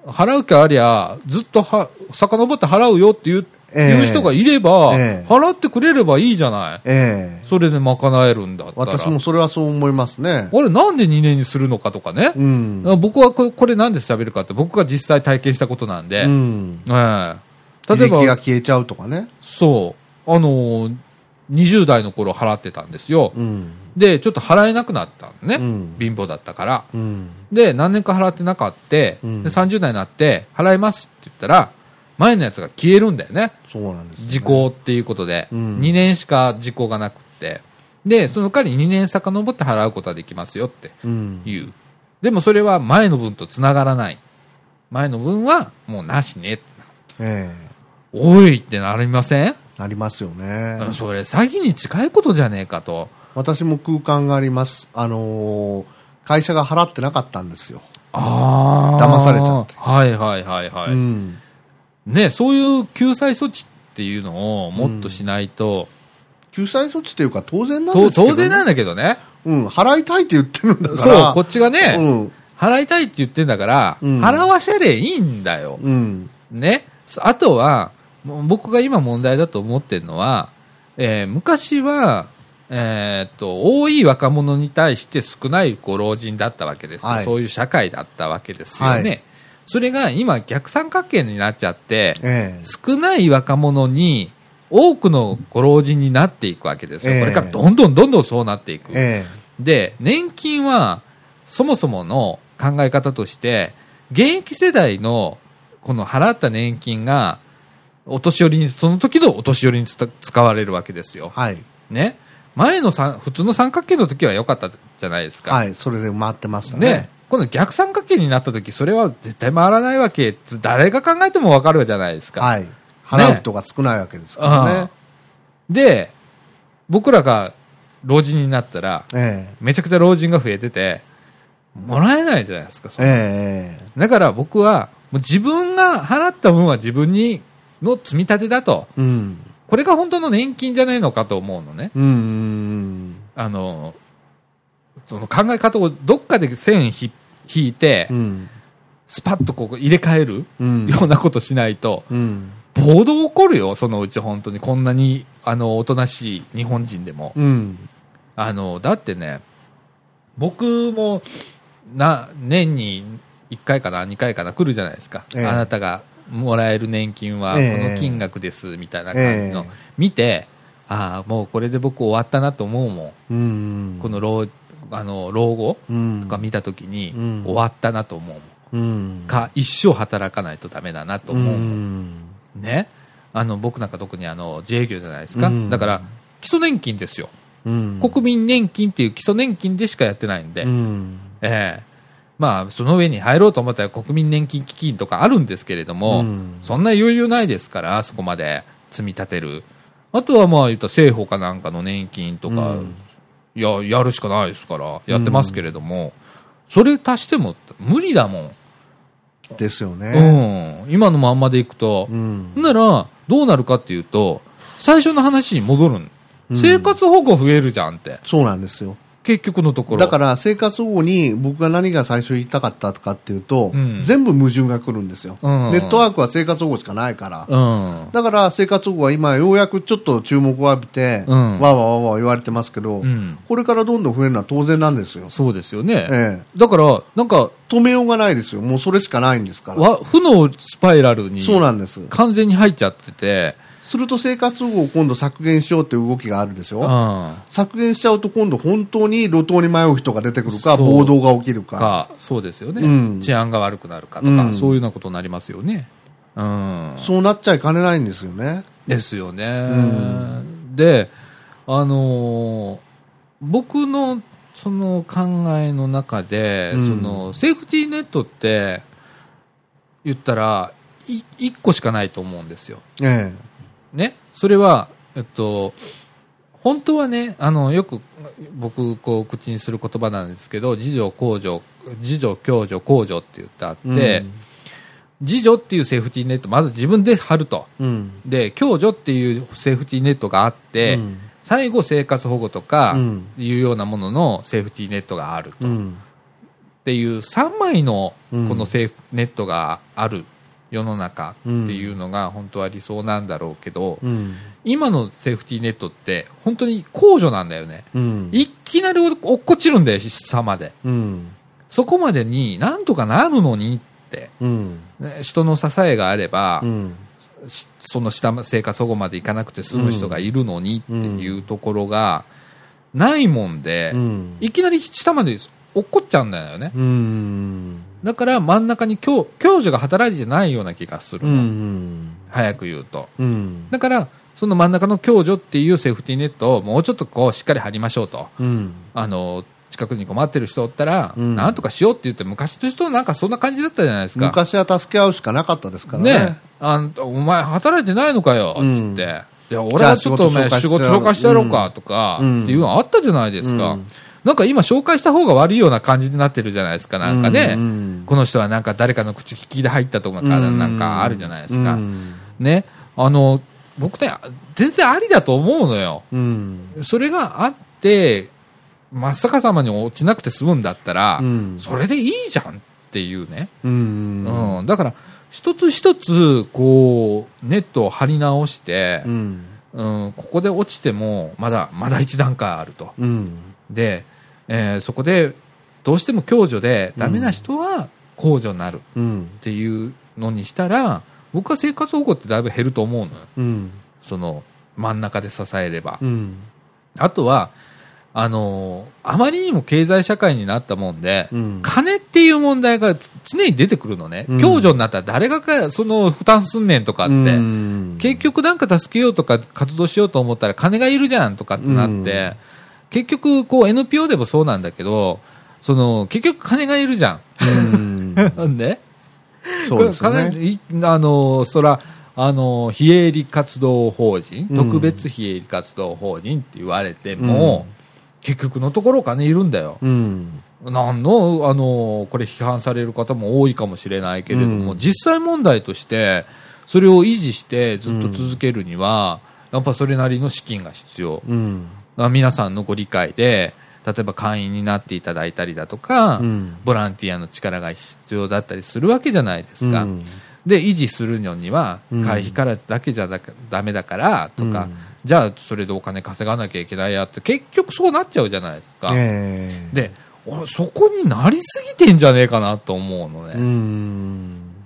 S1: 払う気ありゃ、ずっとは、遡って払うよっていう、
S2: ええ
S1: いう人がいれば、
S2: ええ
S1: 払ってくれればいいじゃない
S2: え。。ええ。
S1: それで賄えるんだったら。
S2: 私もそれはそう思いますね。
S1: あれなんで2年にするのかとかね。
S2: うん。
S1: 僕はこれこれなんで喋るかって、僕が実際体験したことなんで、
S2: うん。
S1: ええ
S2: 例
S1: 例
S2: え
S1: え
S2: ば。が
S1: ば、
S2: 消えちゃうとかね。
S1: そう、あのー、20代の頃払ってたんですよ。
S2: うん。
S1: で、ちょっと払えなくなったのね、
S2: うん
S1: 貧乏だったから。
S2: うん。
S1: で、何年か払ってなかって、
S2: うん
S1: で30代になって、払いますって言ったら、前のやつが消えるんだよね。
S2: そうなんです、ね。
S1: 時。効っていうことで、
S2: うん
S1: 2年しか時効がなくって。で、その代わり2年遡って払うことはできますよって
S2: うん。
S1: いう。でもそれは前の分と繋がらない。前の分はもうなしねってな
S2: え
S1: おいってなりません、
S2: え。なりますよね。
S1: それ詐欺に近いことじゃねえかと。
S2: 私も空間があります。あのー会社が払ってなかったんですよ。
S1: あー
S2: 騙されちゃって
S1: はいはいはいはい。
S2: うん。
S1: ね、そういう救済措置っていうのをもっとしないと、
S2: 救済措置というか当然なんで
S1: と
S2: すけど、ね。
S1: 当然なんだけどね。
S2: うん、払いたいって言ってるんだから。
S1: そう、こっちがね、
S2: うん。
S1: 払いたいって言ってんだから、
S2: うん
S1: 払わせりゃいいんだよ。
S2: うん。
S1: ね。そあとは、もう僕が今問題だと思ってるのは、えー昔は、えーっと、多い若者に対して少ないご老人だったわけですよ、
S2: はい
S1: そういう社会だったわけですよね。
S2: はい
S1: それが今逆三角形になっちゃって、
S2: ええ
S1: 少ない若者に多くのご老人になっていくわけですよ。
S2: ええ
S1: これからどんどんどんどんそうなっていく。
S2: え
S1: で、年金は、そもそもの考え方として、現役世代のこの払った年金が、お年寄りに、その時のお年寄りにつた使われるわけです
S2: え
S1: よ。
S2: はい。
S1: ね。前の三、普通の三角形の時は良かったじゃないですか。
S2: はい。それで回ってました
S1: ね。
S2: ね。
S1: 今度逆三角形になった時、それは絶対回らないわけ、つ誰が考えてもわかるじゃないですか。
S2: はい。払う人が少ないわけですからね。
S1: で、僕らが老人になったら、
S2: え
S1: めちゃくちゃ老人が増えてて、もらえないじゃないですか、
S2: え
S1: そんな
S2: ええ
S1: だから僕は、もう自分が払った分は自分にの積み立てだと。
S2: うん。
S1: これが本当の年金じゃないのかと思うのね。
S2: うんうん。
S1: あの、その考え方をどっかで線ひ引いて
S2: う、ん。
S1: スパッとこう入れ替える
S2: うん。
S1: ようなことしないと、
S2: うん。
S1: 暴動起こるよ、そのうち本当に。こんなに、あの、おとなしい日本人でも。
S2: うん。
S1: あの、だってね、僕も、な、年に1回かな、2回かな、来るじゃないですか。
S2: ええ
S1: あなたがもらえる年金は、こ
S2: ええ
S1: の金額です、みたいな感じの、
S2: ええ
S1: 見て、ああ、もうこれで僕終わったなと思うも
S2: うん。
S1: ん。この老、あの、老後
S2: うん。
S1: とか見たときに、
S2: うん
S1: 終わったなと思うもん。
S2: うん。
S1: か、一生働かないとダメだなと思うもん。
S2: うん。
S1: ね。あの僕なんか特にあの自営業じゃないですか、
S2: うん
S1: だから基礎年金ですよ、
S2: うん
S1: 国民年金っていう基礎年金でしかやってないんで、
S2: うん
S1: ええまあ、その上に入ろうと思ったら国民年金基金とかあるんですけれども、
S2: うん
S1: そんな余裕ないですから、そこまで積み立てる。あとはまあ言ったら政府かなんかの年金とか、
S2: うん
S1: や、やるしかないですから、やってますけれども、それ足しても無理だも
S2: ですよ
S1: ん。
S2: ね。
S1: うん。今のまんまでいくと、
S2: うん
S1: なら、どうなるかっていうと、最初の話に戻るん。
S2: うん
S1: 生活保護増えるじゃんって。
S2: そうなんですよ。
S1: 結局のところ。
S2: だから生活保護に僕が何が最初言いたかったかっていうと、
S1: うん
S2: 全部矛盾が来るんですよ、
S1: うん
S2: ネットワークは生活保護しかないから、
S1: うん。
S2: だから生活保護は今ようやくちょっと注目を浴びて、
S1: うん
S2: わーわーわーわー言われてますけど、
S1: うん。
S2: これからどんどん増えるのは当然なんですよ。
S1: そうですよね。
S2: ええ
S1: だから、なんか、
S2: 止めようがないですよ。もうそれしかないんですから。
S1: わ負のスパイラルに
S2: そうなんです。
S1: 完全に入っちゃってて、
S2: すると生活保護を今度削減しようっていう動きがあるでし
S1: うん、
S2: ょ。
S1: か
S2: 削減しちゃうと今度本当に路頭に迷う人が出てくるか、
S1: そう
S2: 暴動が起きるか。
S1: そうですよね、
S2: うん
S1: 治安が悪くなるかとか、
S2: うん
S1: そういうようなことになりますよね。うん、
S2: そうなっちゃいかねないんですよね。
S1: ですよね。
S2: う
S1: で、あのー僕のその考えの中で、
S2: うん
S1: そのセーフティーネットって言ったら、い一個しかないと思うんですよ。
S2: え
S1: ね、それは、えっと、本当はね、あの、よく僕、こう、口にする言葉なんですけど、自助、公助、自助、共助、公助って言ってあって、
S2: え。
S1: 自助っていうセーフティーネット、まず自分で貼ると。
S2: うん、うん。
S1: で、共助っていうセーフティーネットがあって、
S2: うん
S1: 最後生活保護とか
S2: うん
S1: いうようなもののセーフティーネットがあると。
S2: うん。
S1: っていう3枚の
S2: うん
S1: このセーフネットがある世の中っていうのが本当は理想なんだろうけど、
S2: うん。
S1: 今のセーフティーネットって、本当に控除なんだよね。
S2: うん。
S1: いきなり落っこちるんだよ、下まで。
S2: うん。
S1: そこまでになんとかなるのにって。
S2: うん。
S1: ね人の支えがあれば、
S2: うん。
S1: しその下、生活保護まで行かなくて済む人がいるのにっていうところが、ないもんで、
S2: うん。
S1: いきなり下まで落っこっちゃうんだよね。
S2: うん。
S1: だから真ん中に教教授が働いてないような気がする。
S2: うん。
S1: 早く言うと。
S2: うん。
S1: だから、その真ん中の共助っていうセーフティーネットをもうちょっとこうしっかり張りましょうと。
S2: うん。
S1: あの、近くに困ってる人おったら、
S2: うん
S1: なんとかしようって言って、昔の人なんかそんな感じだったじゃないですか。
S2: 昔は助け合うしかなかったですからね。
S1: ねあんたお前働いてないのかよ、
S2: うん
S1: って言って。いや、俺はちょっとお前
S2: じゃあ
S1: 仕
S2: 仕
S1: 事
S2: 事
S1: 紹
S2: 紹
S1: 介
S2: 介
S1: し
S2: してて
S1: や
S2: や
S1: ろ
S2: ろ
S1: う
S2: う
S1: か、とか、
S2: うん
S1: っていうのあったじゃないですか。
S2: うん
S1: なんか今紹介した方が悪いような感じになってるじゃないですか、なんかね。
S2: うんうん
S1: この人はなんか誰かの口利きで入ったとか、なんかあるじゃないですか。
S2: うん。
S1: ね。あの、僕ね、全然ありだと思うのよ。
S2: うん。
S1: それがあって、真っ逆さまに落ちなくて済むんだったら、
S2: うん
S1: それでいいじゃんっていうね。
S2: うん。
S1: うん、だから、一つ一つ、こう、ネットを張り直して
S2: う、ん。
S1: うん、ここで落ちても、まだ、まだ一段階あると。
S2: うん。
S1: で、えーそこで、どうしても共助で、ダメな人は、控除になるっ
S2: うん。
S1: ていうのにしたら、僕は生活保護ってだいぶ減ると思うのよ。
S2: うん。
S1: その、真ん中で支えれば。
S2: うん。
S1: あとは、あのーあまりにも経済社会になったもんで、
S2: うん
S1: 金っていう問題がつ常に出てくるのね。
S2: うん
S1: 共助になったら誰がかその負担すんねんとかって、
S2: うん
S1: 結局なんか助けようとか活動しようと思ったら金がいるじゃんとかってなって、
S2: うん
S1: 結局こう NPO でもそうなんだけど、その結局金がいるじゃ
S2: うん
S1: ん。なん
S2: <laughs>
S1: で
S2: そうですよ
S1: こ
S2: ね。
S1: れ金いあのそらあの非営利活動法人、
S2: うん
S1: 特別非営利活動法人って言われても、結局のところお金いるんだよ、
S2: うん。
S1: なんのあのこれ批判される方も多いかもしれないけれども、
S2: うん
S1: 実際問題としてそれを維持してずっと続けるには、やっぱそれなりの資金が必要、
S2: うん。
S1: 皆さんのご理解で例えば会員になっていただいたりだとか、
S2: うん
S1: ボランティアの力が必要だったりするわけじゃないですか、
S2: うん
S1: で維持するのには
S2: うん
S1: 会費からだけじゃだかダメだからとか、
S2: うん
S1: じゃあそれでお金稼がなきゃいけないやって結局そうなっちゃうじゃないですか、
S2: ええ。
S1: で俺そこになりすぎてんじゃねえかなと思うの
S2: う
S1: ね、
S2: ん。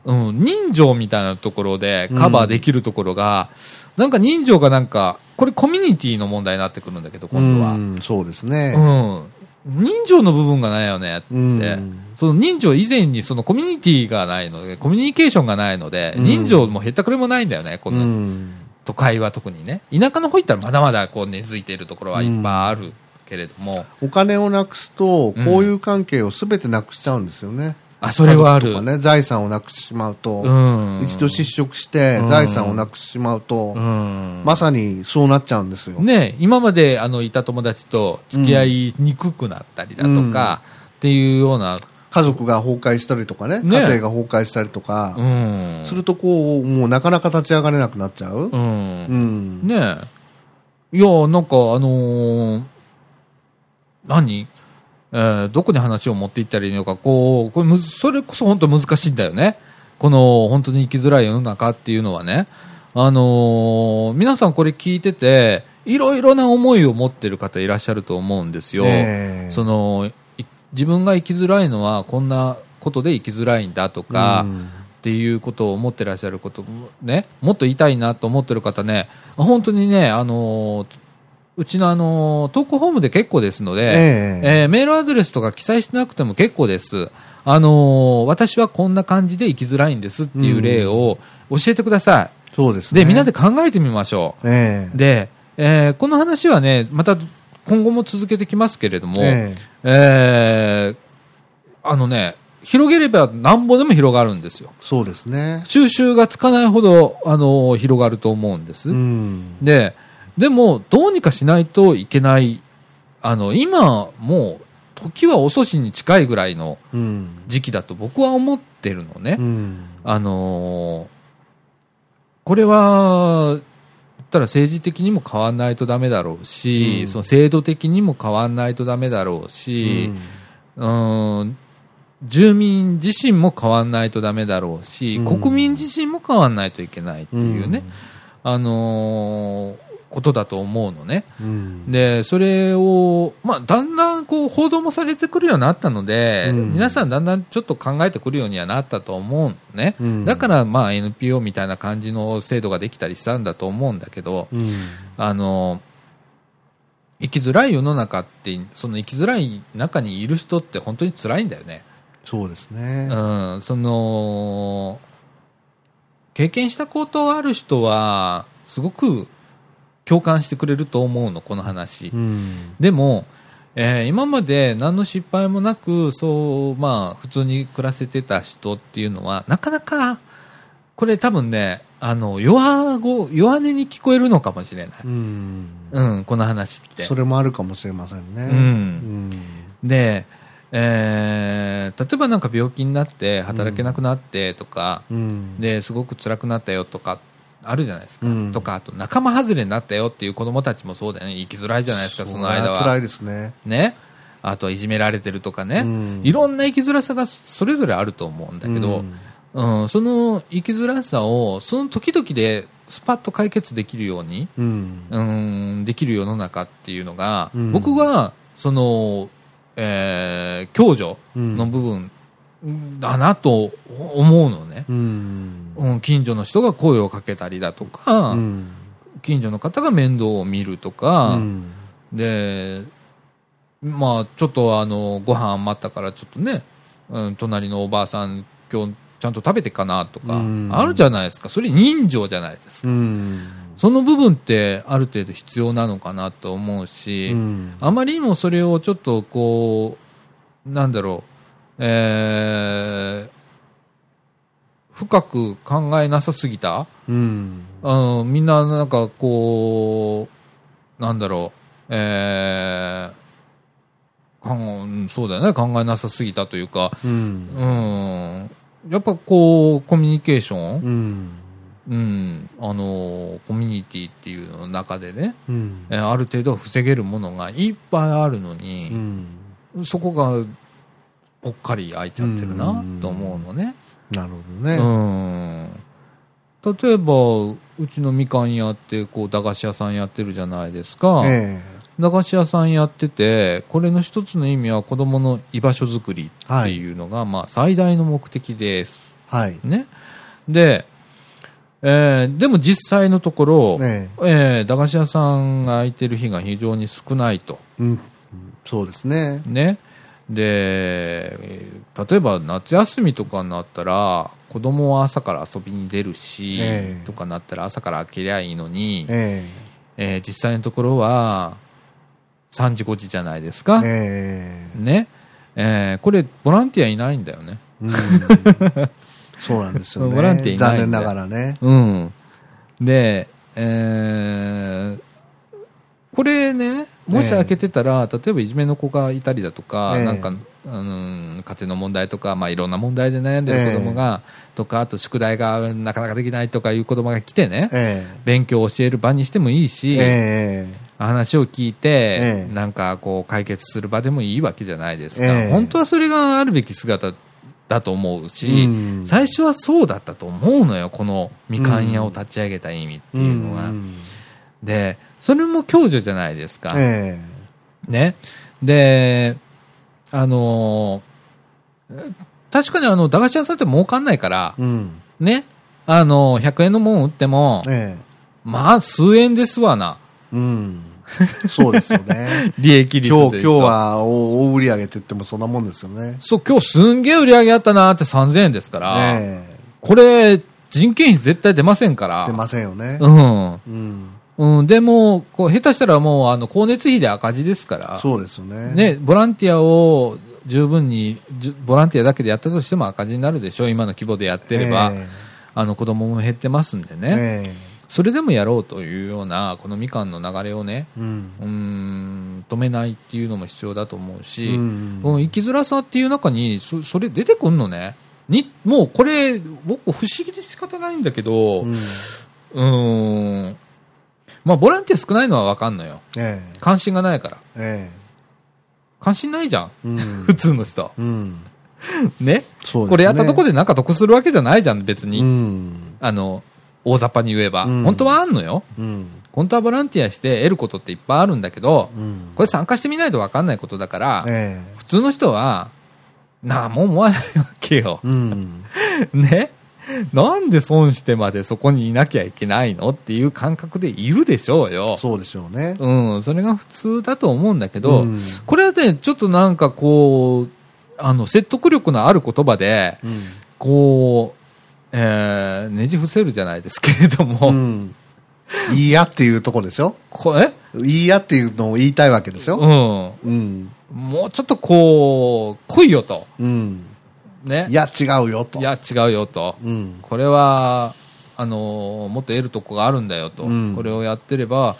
S1: うん人情みたいなところでカバーできるところが、なんか人情がなんかこれコミュニティの問題になってくるんだけど今度は、
S2: うんそうですね。
S1: うん、人情の部分がないよねって、
S2: うん
S1: その人情以前にそのコミュニティがないので、コミュニケーションがないので、
S2: うん
S1: 人情もへったくれもないんだよね、こ
S2: う
S1: の
S2: ん
S1: 都会は特にね。田舎の方行ったらまだまだこう根付いているところはいっぱいあるけれども、
S2: お金をなくすと、
S1: うん
S2: 交友関係をすべてなくしちゃうんですよね。
S1: あ、それはあ
S2: 家
S1: る。
S2: 族とかね、財産をなくしてしまうと、
S1: うん。
S2: 一度失職して
S1: うん
S2: 財産をなくしてしまうと、
S1: うん。
S2: まさにそうなっちゃうんですよ。
S1: ね、今まであのいた友達と付き合いにくくなったりだとか、っていうような、
S2: 家族が崩壊したりとかね、
S1: ね
S2: 家庭が崩壊したりとか、
S1: うん。
S2: するとこう、もうなかなか立ち上がれなくなっちゃ
S1: う
S2: う。
S1: ん
S2: う。ん。
S1: ねえ。いや、なんか、あのー何えーどこに話を持っていったらいいのか、こう、これむず、それこそ本当難しいんだよね。この、本当に生きづらい世の中っていうのはね。あのー皆さんこれ聞いてて、いろいろな思いを持ってる方いらっしゃると思うんですよ。
S2: ねえ
S1: その、い自分が生きづらいのはこんなことで生きづらいんだとか、
S2: うん
S1: っていうことを思ってらっしゃることもね、もっと言いたいなと思ってる方ね、本当にね、あのーうちのあのートークホームで結構ですので、
S2: ええ
S1: えーメールアドレスとか記載しなくても結構です。あのー私はこんな感じで生きづらいんですっていう例を教えてくださ
S2: そうです
S1: い。
S2: ね。
S1: で、みんなで、考えてみましょう。
S2: ええ
S1: で、えーこの話はね、また今後も続けてきますけれども、
S2: え
S1: えーあのね、広げればなんぼでも広がるんですよ。
S2: えそうですね。
S1: 収集がつかないほど、あの広がると思うんです。
S2: うん。
S1: で、でも、どうにかしないといけない、あの、今、もう、時は遅しに近いぐらいの
S2: うん。
S1: 時期だと僕は思ってるのね。
S2: うん。
S1: あのーこれは、言ったら政治的にも変わんないとダメだろうし、
S2: うん
S1: その制度的にも変わんないとダメだろうし、うん住民自身も変わんないとダメだろうし、
S2: うん
S1: 国民自身も変わんないといけないっていうね、あのーことだと思うのね。
S2: うん。
S1: で、それを、まあ、だんだんこう報道もされてくるようになったので、
S2: うん
S1: 皆さんだんだんちょっと考えてくるようにはなったと思うのね。
S2: うん
S1: だから、まあ、NPO みたいな感じの制度ができたりしたんだと思うんだけど、
S2: うん、
S1: あの、生きづらい世の中って、その生きづらい中にいる人って本当に辛いんだよね。
S2: そうですね。
S1: うん、その、経験したことある人は、すごく共感してくれると思うの、この話。
S2: うん。
S1: でも、えー今まで何の失敗もなく、そう、まあ、普通に暮らせてた人っていうのは、なかなか、これ多分ね、あの、弱語、弱音に聞こえるのかもしれない。
S2: うん。
S1: うん、この話って。
S2: それもあるかもしれません
S1: う、
S2: ね。うんん。
S1: で、えー例えばなんか病気になって働けなくなってとか、
S2: うん。
S1: ですごく辛くなったよとかあるじゃないですか、
S2: うん
S1: とかあと仲間外れになったよっていう子供たちもそうだよね生きづらいじゃないですかその間
S2: 辛い
S1: は
S2: ですね。
S1: ねあといじめられてるとかね、
S2: うん
S1: いろんな生きづらさがそれぞれあると思うんだけど、うん、その生きづらさをその時々でスパッと解決できるように
S2: うん。
S1: うーんできる世の中っていうのが、
S2: うん
S1: 僕はその、えー、共助の部分だなと思うのね、
S2: うん。
S1: うん、近所の人が声をかけたりだとか、
S2: うん。
S1: 近所の方が面倒を見るとか、
S2: うん。
S1: でまあちょっとあのご飯余ったからちょっとね、うん、隣のおばあさん今日ちゃんと食べてかなとか、
S2: うん
S1: あるじゃないですかそれ人情じゃないですか
S2: うん。
S1: その部分ってある程度必要なのかなと思うし、
S2: うん
S1: あまりにもそれをちょっとこう、なんだろう、えー深く考えなさすぎた
S2: うん。
S1: あのみんななんかこう、なんだろう、えー考えそうだよね、考えなさすぎたというか、
S2: うん。
S1: うん、やっぱこう、コミュニケーション、
S2: うん。
S1: うん、あのーコミュニティっていうのの中でね、
S2: うん
S1: えーある程度防げるものがいっぱいあるの
S2: う
S1: に、
S2: ん。
S1: そこがぽっかり開いちゃってるなと思うのね。
S2: なるほど
S1: う
S2: ね。
S1: ん。例えば、うちのみかん屋って、こう、駄菓子屋さんやってるじゃないですか。
S2: え
S1: 駄菓子屋さんやってて、これの一つの意味は子供の居場所づくりっていうのが、まあ、最大の目的です。
S2: えはい。
S1: ね。で、えーでも実際のところ、
S2: ええ
S1: えー駄菓子屋さんが空いてる日が非常に少ないと。
S2: うん。そうですね。
S1: ね。で、えー例えば夏休みとかになったら、子供は朝から遊びに出るし、
S2: ええ
S1: とかなったら朝から開けりゃいいのに、え
S2: え
S1: ー実際のところは、3時5時じゃないです
S2: え
S1: か。
S2: ええ
S1: ね。えーこれ、ボランティアいないんだよね。
S2: うんそうなんですよね。
S1: <laughs> ボランティアいないんで
S2: 残念ながらね。
S1: うん。で、えーこれね、もし開けてたら、例えばいじめの子がいたりだとか、
S2: ええ
S1: なんか、あの家庭の問題とか、まあ、いろんな問題で悩んでる子供が、とか、あと宿題がなかなかできないとかいう子供が来てね、
S2: え
S1: 勉強を教える場にしてもいい
S2: え
S1: し、
S2: え
S1: 話を聞いて、
S2: ええ
S1: なんかこう解決する場でもいいわけじゃないですか、
S2: ええ
S1: 本当はそれがあるべき姿だと思うし、
S2: うん
S1: 最初はそうだったと思うのよこのみかん屋を立ち上げた意味って
S2: え
S1: いうのが、
S2: ん
S1: でそれも共助じゃないですか、
S2: え
S1: ねであのー確かにあの駄菓子屋さんって儲かんないから
S2: え、うん。
S1: ねあのー100円のもん売っても、
S2: え
S1: まあ数円ですわな
S2: えうん。そうですよ
S1: <laughs>
S2: ね。
S1: 利益率で言
S2: 今
S1: うと
S2: 日、今日は大大売り上げって言ってもそんなもんですよね。
S1: そう、今日すんげえ売り上げあったなーって3000円ですから、
S2: ええ
S1: これ、人件費絶対出ませんから、
S2: 出ませんよね。うん。
S1: うん。うん、でも、こう、下手したらもう、あの、光熱費で赤字ですから、
S2: そうですよね。
S1: ね、ボランティアを十分に、じゅボランティアだけでやったとしても赤字になるでしょ、今の規模でやってれば、
S2: え
S1: あの、子供も減ってますんで
S2: え
S1: ね、
S2: え
S1: それでもやろうというような、このみかんの流れをね、
S2: えうん
S1: うーん、止めないっていうのも必要だと思うし、
S2: うん
S1: うん、生きづらさっていう中にそそれ出てくんのねにもうこれ僕不思議で仕方ないんだけど
S2: う
S1: うんーんまあボランティア少ないのは分かんのよ
S2: ええ
S1: 関心がないから
S2: え
S1: 関心ないじゃん
S2: えうん
S1: <laughs> 普通の人
S2: うん。
S1: ね
S2: そうですね。
S1: これやったとこ
S2: で、
S1: でなんか得するわけじゃないじゃん別に、
S2: うん。
S1: あの大雑把に言えば、
S2: うん
S1: 本当はあんのよ
S2: うん。
S1: 本当はボランティアして得ることっていっぱいあるんだけど
S2: うん。
S1: これ参加してみないと分かんないことだから、
S2: ええ
S1: 普通の人はなあもう思わないわけよ、 <laughs>
S2: うん。
S1: ねなんで損してまでそこにいなきゃいけないのっていう感覚でいるでしょうよ。
S2: そうでしょうね。
S1: うん、それが普通だと思うんだけど、
S2: うん
S1: これはね、ちょっとなんかこう、あの、説得力のある言葉で、
S2: うん。
S1: こう、えー、ねじ伏せるじゃないですけれども、
S2: うん。いいやっていうとこでしょ
S1: これ、
S2: いいやっていうのを言いたいわけでし
S1: うん、
S2: ょ
S1: も
S2: うん。
S1: うちょっとこう、来いよと。
S2: うん。
S1: ね。
S2: いや、違うよと。
S1: いや、違うよと。
S2: うん。
S1: これは、あのーもっと得るとこがあるんだよと、
S2: うん
S1: これをやってれば、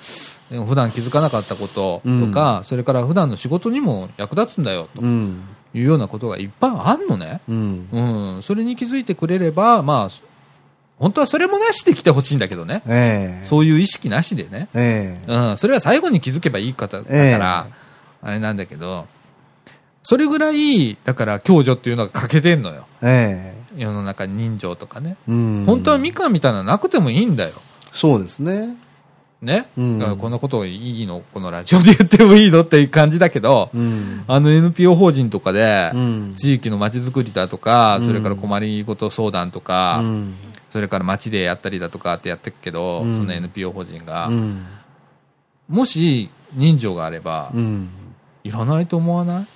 S1: えー普段気づかなかったこととか、それから普段の仕事にも役立つんだよと
S2: うん。
S1: いうようなことがいっぱいあんのね。
S2: うん。
S1: うん、それに気づいてくれれば、まあ、本当はそれもなしで来てほしいんだけどね。
S2: ええ。
S1: そういう意識なしでね。
S2: ええ。
S1: うん、それは最後に気づけばいい方だから、あれなんだけど、それぐらい、だから、共助っていうのが欠けてんのよ。
S2: え
S1: 世の中に人情とかね。
S2: え。うん。
S1: 本当はみかんみたいなのなくてもいいんだよ。
S2: そうですね。
S1: ね。
S2: うん
S1: だからこんなことをいいのこのラジオで言ってもいいのっていう感じだけど、
S2: うん。
S1: あの NPO 法人とかで、
S2: うん。
S1: 地域のまちづくりだとか、
S2: うん
S1: それから困りごと相談と
S2: う
S1: か、
S2: ん。
S1: それから町でやったりだとかってやってくけど、
S2: うん
S1: その NPO 法人が、
S2: うん。
S1: もし人情があれば、
S2: うん。
S1: いらないと思わない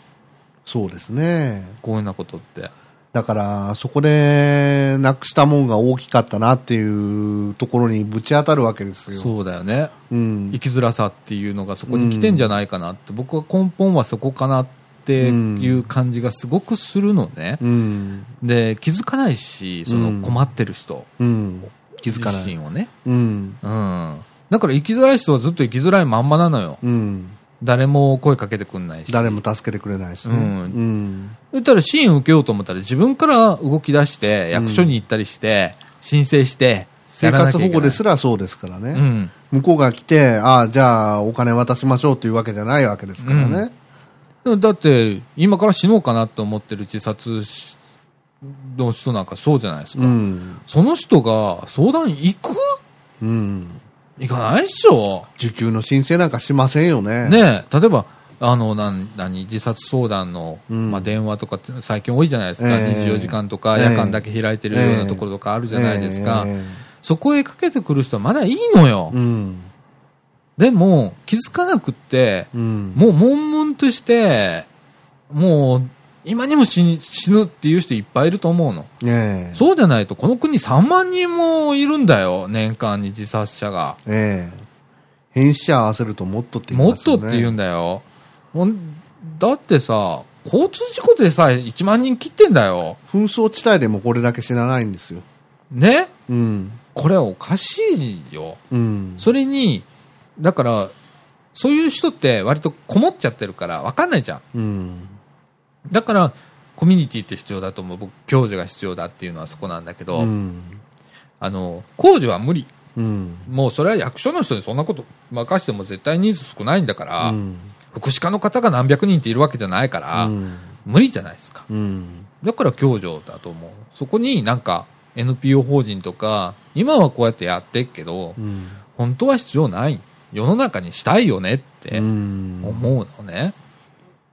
S2: そうですね。
S1: こういうようなことって。
S2: だから、そこで、なくしたもんが大きかったなっていうところにぶち当たるわけですよ。
S1: そうだよね。
S2: う。ん
S1: 生。きづらさっていうのがそこに来てんじゃないかなって、僕は根本はそこかなっていう感じがすごくするのね、
S2: うん。
S1: で気づかないしその困ってる人、
S2: うん。気づかな
S1: 自
S2: い。
S1: 身をね、
S2: うん。
S1: うん、だから生きづらい人はずっと生きづらいまんまなのよ
S2: うん。
S1: 誰も声かけてくんないし
S2: 誰も助けてくれないしね。
S1: うん
S2: うん。
S1: 言ったら支援受けようと思ったら自分から動き出して役所に行ったりして、申請して
S2: 生活保護ですすらそうですからね。
S1: うん
S2: 向こうが来て、ああ、じゃあお金渡しましょうというわけじゃないわけですからね。
S1: だって今から死のうかなと思ってる自殺しの人なんかそうじゃないですか、
S2: うん。
S1: その人が相談行く
S2: うん。
S1: 行かないっしょ。
S2: 受給の申請なんかしませんよね。。
S1: ねえ、例えば、あの、なん、何、自殺相談の、
S2: うん
S1: まあ、電話とかって最近多いじゃないですか。
S2: ええ
S1: 24時間とか、
S2: ええ
S1: 夜間だけ開いてるようなところとかあるじゃないですか。
S2: ええ
S1: そこへかけてくる人はまだいいのよ。
S2: うん。
S1: でも、気づかなくって、
S2: うん。
S1: もう悶々として、もう、今にも死に死ぬっていう人いっぱいいると思うの。
S2: ねえ。
S1: そうじゃないと、この国3万人もいるんだよ、年間に自殺者が。
S2: ええ。変死者合わせるともっとって言い
S1: も
S2: ま
S1: っ
S2: すよ
S1: と
S2: ね。
S1: って言うんだよ。ほんだってさ、交通事故でさえ1万人切ってんだよ。
S2: 紛争地帯でもこれだけ死なないんですよ。
S1: ね
S2: うん。
S1: これはおかしいよ。
S2: うん。
S1: それに、だから、そういう人って割とこもっちゃってるから分かんないじゃん。
S2: うん。
S1: だから、コミュニティって必要だと思う。僕、教授が必要だっていうのはそこなんだけど、
S2: うん。
S1: あの、工事は無理。
S2: うん。
S1: もうそれは役所の人にそんなこと任しても絶対人数少ないんだから、
S2: うん。
S1: 福祉課の方が何百人っているわけじゃないから、
S2: うん。
S1: 無理じゃないですか。
S2: うん。
S1: だから共助だと思う。そこになんか NPO 法人とか、今はこうやってやってっけど、
S2: うん。
S1: 本当は必要ない。世の中にしたいよねって
S2: うん
S1: 思うのね。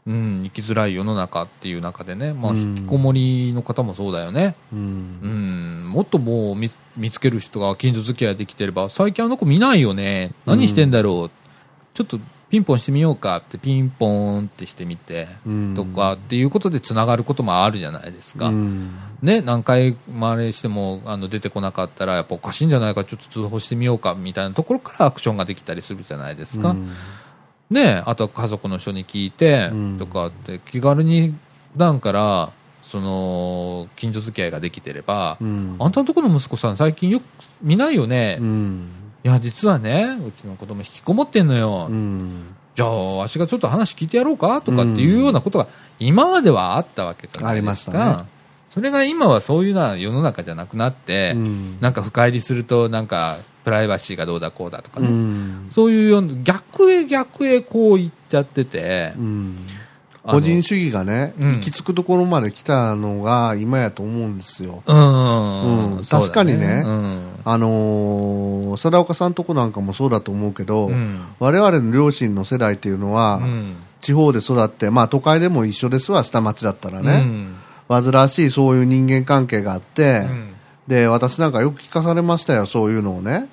S1: うん、生きづらい世の中っていう中でね。まあ、
S2: うん
S1: 引きこもりの方もそうだよね。
S2: う。
S1: うんん、もっともう見見つける人が近所付き合いできてれば、最近あの子見ないよね。何してんだろう。ちょっとピンポンしてみようかって、ピンポーンってしてみて、
S2: うん
S1: とかっていうことで繋がることもあるじゃないですか。
S2: うん。
S1: ね、何回回りしてもあの出てこなかったらやっぱおかしいんじゃないかちょっと通報してみようかみたいなところからアクションができたりするじゃないですか、
S2: うん
S1: ね、あとは家族の人に聞いて
S2: うん
S1: とかって気軽に普段からその近所付き合いができてれば、
S2: うん。
S1: あんたのところの息子さん最近よく見ないよね、
S2: う
S1: い
S2: ん。
S1: や実はねうちの子供引きこもってんのよ、
S2: うん。
S1: じゃあわしがちょっと話聞いてやろうかとかっていうようなことが今まではあったわけじゃないです
S2: ありました
S1: か、それが今はそういうのは世の中じゃなくなって、
S2: うん
S1: なんか深入りするとなんかプライバシーがどうだこうだとか
S2: う
S1: ね、
S2: ん。
S1: そういうような逆へ逆へこう言っちゃってて、
S2: うん。
S1: あの
S2: 個人主義がね、
S1: うん
S2: 行き着くところまで来たのが今やと思うんですよ。
S1: うん、
S2: うん
S1: そうだ
S2: 確かにね
S1: うん
S2: あのー、貞岡さんとこなんかもそうだと思うけど、
S1: うん
S2: 我々の両親の世代っていうのは、
S1: うん
S2: 地方で育って、まあ都会でも一緒ですわ、下町だったら
S1: う
S2: ね。
S1: ん
S2: 煩わしいそういう人間関係があって、
S1: うん
S2: で、私なんかよく聞かされましたよ、そういうのをね。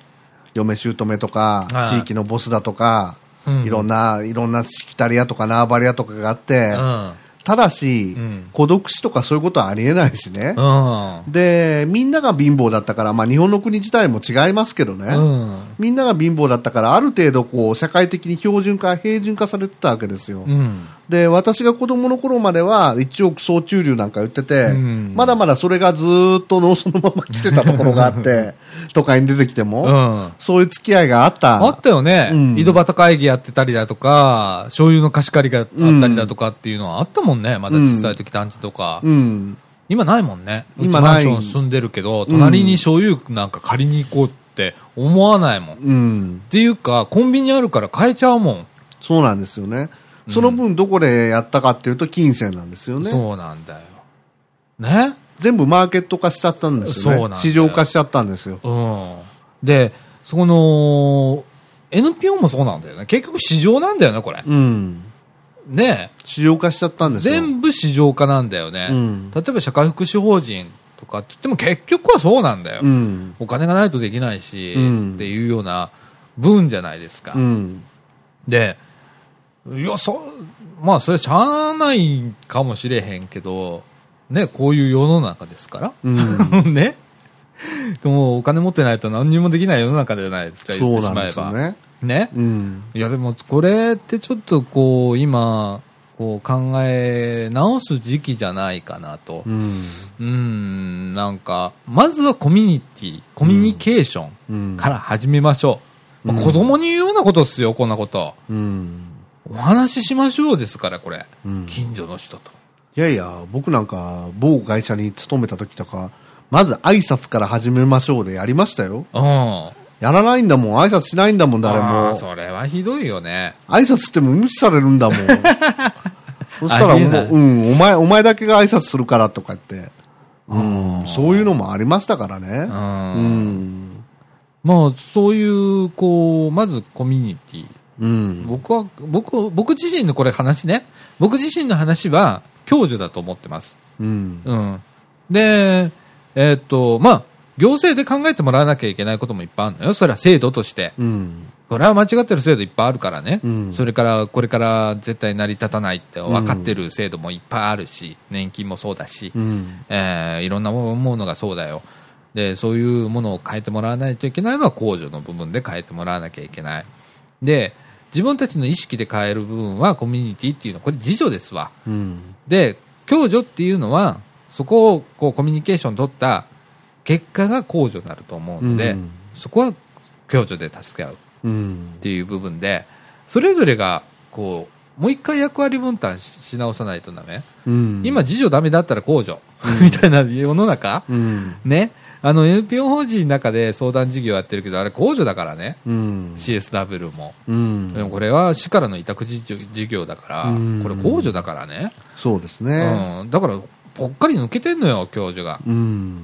S2: 嫁姑とか
S1: はい、
S2: 地域のボスだと
S1: う
S2: か、
S1: ん
S2: いろんな、いろんなしきたりやとか縄張りやとかがあって、
S1: うん
S2: ただし、
S1: うん
S2: 孤独死とかそういうことはありえないしね。
S1: うん
S2: で、みんなが貧乏だったから、まあ日本の国自体も違いますけどね。
S1: うん
S2: みんなが貧乏だったから、ある程度こう、社会的に標準化、平準化されてたわけですよ。
S1: うん
S2: で、私が子供の頃までは、一億総中流なんか言ってて、
S1: うん
S2: まだまだそれがずーっとのそのまま来てたところがあ
S1: <laughs>
S2: って、都会に出てきても、
S1: うん
S2: そういう付き合いがあった。
S1: あったよね、
S2: うん
S1: 井戸端会議やってたりだとか、醤油の貸し借りがあったりだとかっていうのはあったもんね、まだ小さい時団地とか、
S2: うん。
S1: 今ないもんね、うち
S2: 今
S1: マン
S2: な
S1: シ
S2: い
S1: ョン住んでるけど、隣に醤油なんか借りに行こうって思わないもん。っ
S2: うん。
S1: ていうか、コンビニあるから買えちゃうもん。
S2: そうなんですよね。その分どこでやったかっていうと、金銭なんですよね。
S1: そうなんだよ。ね
S2: 全部マーケット化しちゃったんです
S1: そ
S2: よ
S1: う
S2: ね。
S1: なんだよ
S2: 市場化しちゃったんですよ。
S1: うん。で、そこの、NPO もそうなんだよね。結局市場なんだよね、これ。
S2: うん。
S1: ね
S2: 市場化しちゃったんですよ。
S1: 全部市場化なんだよね。
S2: うん
S1: 例えば社会福祉法人とかって言っても結局はそうなんだよ。
S2: うん。
S1: お金がないとできないし、
S2: うん
S1: っていうような分じゃないですか。
S2: うん。
S1: で、いや、そ、まあ、それしゃあないかもしれへんけど、ね、こういう世の中ですから。
S2: う
S1: <laughs>
S2: ん
S1: ね。でもお金持ってないと何にもできない世の中じゃないですか、言
S2: そ
S1: ってし
S2: うなん
S1: ま
S2: で
S1: え
S2: すよ
S1: ば。
S2: ね。
S1: ね。
S2: うん。
S1: いや、でも、これってちょっとこう、今、こう考え直す時期じゃないかなと。
S2: うん。
S1: うーん、なんか、まずはコミュニティ、コミュニケーショ
S2: うん
S1: ンから始めましょう。
S2: うん
S1: まあ子供に言うようなことっすよ、こんなこと。
S2: うん。
S1: お話ししましょうですから、これ。
S2: うん
S1: 近所の人と。
S2: いやいや、僕なんか、某会社に勤めた時とか、まず挨拶から始めましょうでやりましたよ。
S1: うん。あ
S2: やらないんだもん、挨拶しないんだもん、誰も
S1: ー。それはひどいよね。
S2: 挨拶しても無視されるんだもん。そしたら
S1: ありえない
S2: もう、うん、お前、お前だけが挨拶するからとか言って。うん、そういうのもありましたからね
S1: う。。
S2: うんん。
S1: まあ、そういう、こう、まずコミュニティ。
S2: うん。
S1: 僕は、僕、僕自身のこれ話ね。僕自身の話は、共助だと思ってます。
S2: うん。
S1: うん。で、えーっと、まあ、行政で考えてもらわなきゃいけないこともいっぱいあるのよ。それは制度として。
S2: うん。
S1: それは間違ってる制度いっぱいあるからね、
S2: うん
S1: それからこれから絶対成り立たないって分かってる制度もいっぱいあるし、年金もそうだし、
S2: うん。
S1: えーいろんなものがそうだよ。で、そういうものを変えてもらわないといけないのは控除の部分で変えてもらわなきゃいけない。で、自分たちの意識で変える部分はコミュニティっていうのは、これ自助ですわ。
S2: うん。
S1: で、共助っていうのは、そこをこうコミュニケーション取った結果が控除になると思うんで、
S2: うん
S1: そこは共助で助け合うっ
S2: うん。
S1: ていう部分で、それぞれがこう、もう一回役割分担しし直さないとダメ。
S2: うん。
S1: 今、自助ダメだったら控除、みたいな世の中、
S2: うん。
S1: ね、あの NPO 法人の中で相談事業やってるけど、あれ控除だからね、
S2: うん。
S1: CSW も。
S2: うん
S1: でもこれは市からの委託事事業だから、
S2: うん
S1: これ控除だからね。
S2: そうですね。
S1: うん、だから、ぽっかり抜けてんのよ、教授が。
S2: うん。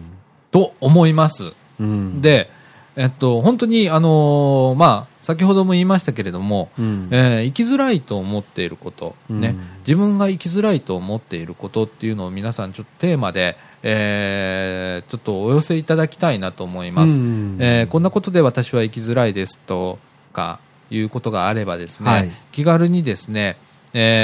S1: と思います。
S2: うん。、
S1: で、えっと、本当に、あのーまあ、先ほども言いましたけれども、
S2: うん。
S1: えー生きづらいと思っていること、ね
S2: うん
S1: 自分が生きづらいと思っていることっていうのを皆さんちょっとテーマで、えーちょっとお寄せいただきたいなと思います、
S2: うん
S1: えーこんなことで私は生きづらいですとかいうことがあればですね、
S2: はい
S1: 気軽にですね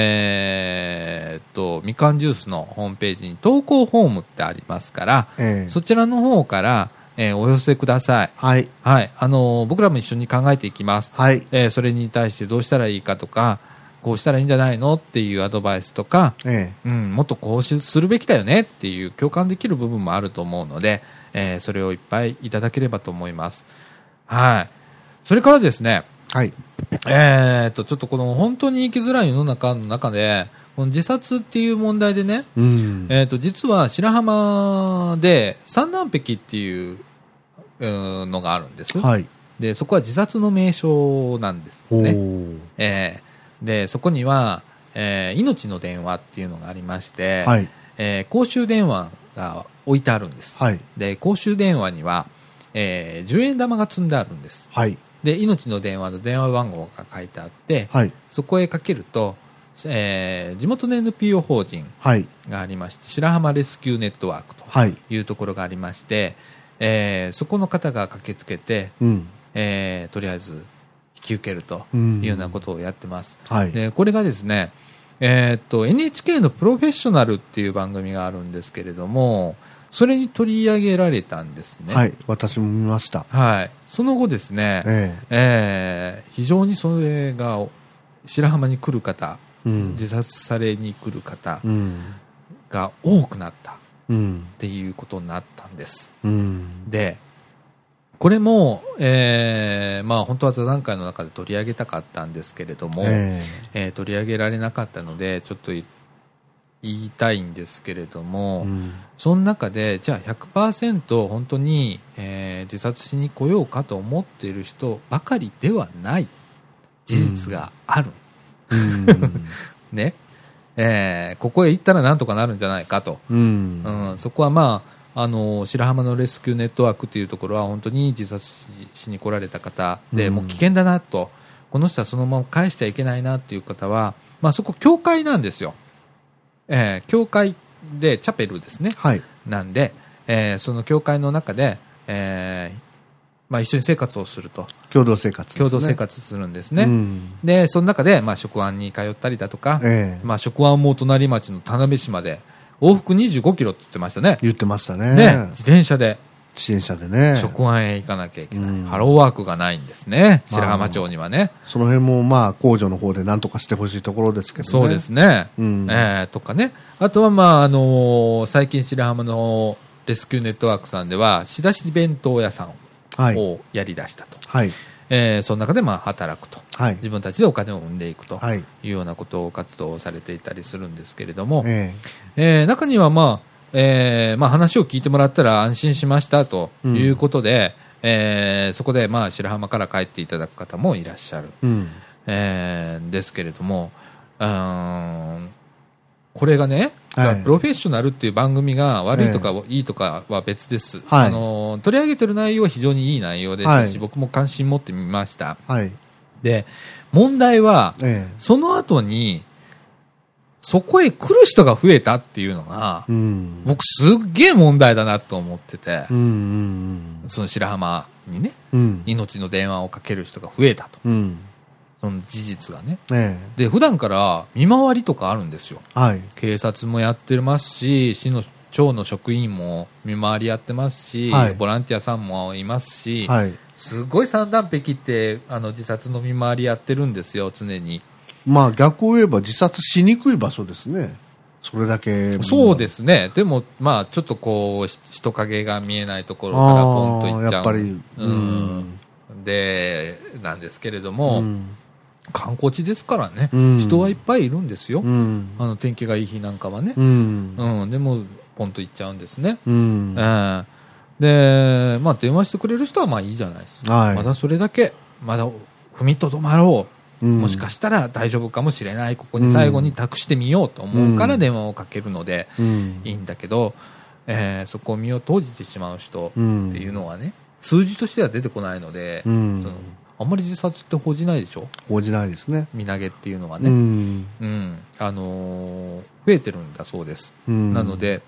S1: えーっとみかんジュースのホームページに投稿フォームってありますから、
S2: ええ
S1: そちらの方から、えーお寄せください、
S2: はい。
S1: はいあのー僕らも一緒に考えていきます
S2: はい。
S1: えーそれに対してどうしたらいいかとか、こうしたらいいんじゃないのっていうアドバイスとか、
S2: え
S1: うん、もっとこうしするべきだよねっていう共感できる部分もあると思うので、えーそれをいっぱいいただければと思います。はい。それからですね、
S2: えはい。
S1: えーっと、ちょっとこの本当に生きづらい世の中の中で、この自殺っていう問題でね、
S2: うん。
S1: えーっと、実は白浜で三段壁っていう、うんのがあるんです。
S2: はい。
S1: で、そこは自殺の名称なんです
S2: お
S1: ね。
S2: ー
S1: えーで、そこには、えー命の電話っていうのがありまして、
S2: はい。
S1: えー公衆電話が置いてあるんです。
S2: はい。
S1: で、公衆電話には、えー10円玉が積んであるんです。
S2: はい。
S1: で、命の電話の電話番号が書いてあって、
S2: はい。
S1: そこへかけると、えー地元の NPO 法人
S2: はい。
S1: がありまして、白浜レスキューネットワークと
S2: はい。
S1: いうところがありまして、えーそこの方が駆けつけて、
S2: うん。
S1: えーとりあえず引き受けると
S2: うん
S1: いうようなことをやってます。
S2: はい。
S1: でこれがですね、えーっと NHK の「プロフェッショナル」っていう番組があるんですけれどもそれに取り上げられたんですね、
S2: はい。私も見ました。
S1: はいその後ですね、
S2: え
S1: えー非常にそれが白浜に来る方
S2: え。うん。
S1: 自殺されに来る方
S2: うん。
S1: が多くなったっ
S2: うん。
S1: ていうことになったんです
S2: うん。
S1: でこれも、えーまあ、本当は座談会の中で取り上げたかったんですけれども、
S2: え
S1: えー取り上げられなかったのでちょっとい言いたいんですけれど
S2: え。
S1: も、
S2: うん。
S1: その中でじゃあ100%本当に、えー自殺しに来ようかと思っている人ばかりではない事実がある、
S2: うん。
S1: ね、えーここへ行ったらなんとかなるんじゃないかと、
S2: うん。
S1: <laughs> うん、そこはまああの白浜のレスキューネットワークというところは本当に自殺ししに来られた方で、
S2: うん
S1: もう危険だなとこの人はそのまま返しちゃいけないなっていう方は、まあ、そこ教会なんですよ、えー教会でチャペルですね
S2: はい。
S1: なんで、えーその教会の中で、えーまあ、一緒に生活をすると
S2: 共同生活ですね。
S1: 共同生活するんですね
S2: うん。
S1: でその中で、まあ、職安に通ったりだとか、
S2: ええ。
S1: まあ、職安も隣町の田辺市まで往復25キロって言ってましたね
S2: 言ってました
S1: ね
S2: ね、
S1: 自。転車で
S2: 自転車でね。
S1: 職安へ行かなきゃいけない、
S2: うん
S1: ハローワークがないんですね、
S2: まあ
S1: 白浜町にはね、
S2: その辺もまあ工場の方で何とかしてほしいところですけどね。
S1: そうですね、
S2: うん
S1: えーとかね、あとは、まああのー最近、白浜のレスキューネットワークさんでは、仕出し弁当屋さん
S2: はい。
S1: をやりだしたと、
S2: はい。
S1: えーその中でまあ働くと、
S2: はい。
S1: 自分たちでお金を生んでいくと
S2: はい。
S1: いうようなことを活動をされていたりするんですけれども、
S2: え
S1: えー中には、まあえーまあ、話を聞いてもらったら安心しましたということで、えーそこで、まあ、白浜から帰っていただく方もいらっしゃる、
S2: え。うん。
S1: えーですけれどもうーんこれがね、
S2: はい
S1: プロフェッショナルっていう番組が悪いとかいいとかは別です、
S2: はい
S1: あのー取り上げてる内容は非常にいい内容でしたし、
S2: はい
S1: 僕も関心持ってみました
S2: はい。
S1: で問題は
S2: ええ。
S1: その後にそこへ来る人が増えたっていうのが、
S2: うん。
S1: 僕すっげえ問題だなと思ってて
S2: う、んうん
S1: その白浜にね、
S2: うん。うん。
S1: 命の電話をかける人が増えたと。
S2: うん。
S1: その事実がね。
S2: え
S1: で、普段から見回りとかあるんですよ。
S2: え。はい。
S1: 警察もやってますし、市の町の職員も見回りやってますし、
S2: はい
S1: ボランティアさんもいますし、
S2: はい。
S1: すごい三段壁ってあの自殺の見回りやってるんですよ、常に。
S2: まあ逆を言えば自殺しにくい場所ですね。それだけ。。
S1: そうですすね、でも、まあ、ちょっとこう、し人影が見えないところからポンと行っちゃう。
S2: やっぱり。
S1: う。んで、なんですけれども、
S2: うん
S1: 観光地ですからね、
S2: うん
S1: 人はいっぱいいるんですよ、
S2: うん。
S1: あの天気がいい日なんかはね
S2: う。ん
S1: う。ん、でも、ポンと行っちゃうんですね。
S2: う
S1: うん
S2: ん。
S1: で、まあ、電話してくれる人はまあいいじゃないですか。
S2: はい
S1: まだそれだけ、まだ踏みとどまろう。もしか
S2: し
S1: したら大丈夫かもしれない、ここに最後に託してみようと思うから
S2: うん
S1: 電話をかけるので、
S2: て、うん
S1: いいんだけど、えーそこを身を投じてしまう人
S2: うん
S1: っていうのはね、数字としては出てこないので、
S2: うん
S1: そのあんまり自殺って報じないでしょ、
S2: 応じないですね。
S1: 身投げっていうのは
S2: う
S1: ね。
S2: ん。
S1: うん、あのー増えてるんだそうです。
S2: うん
S1: なの、で、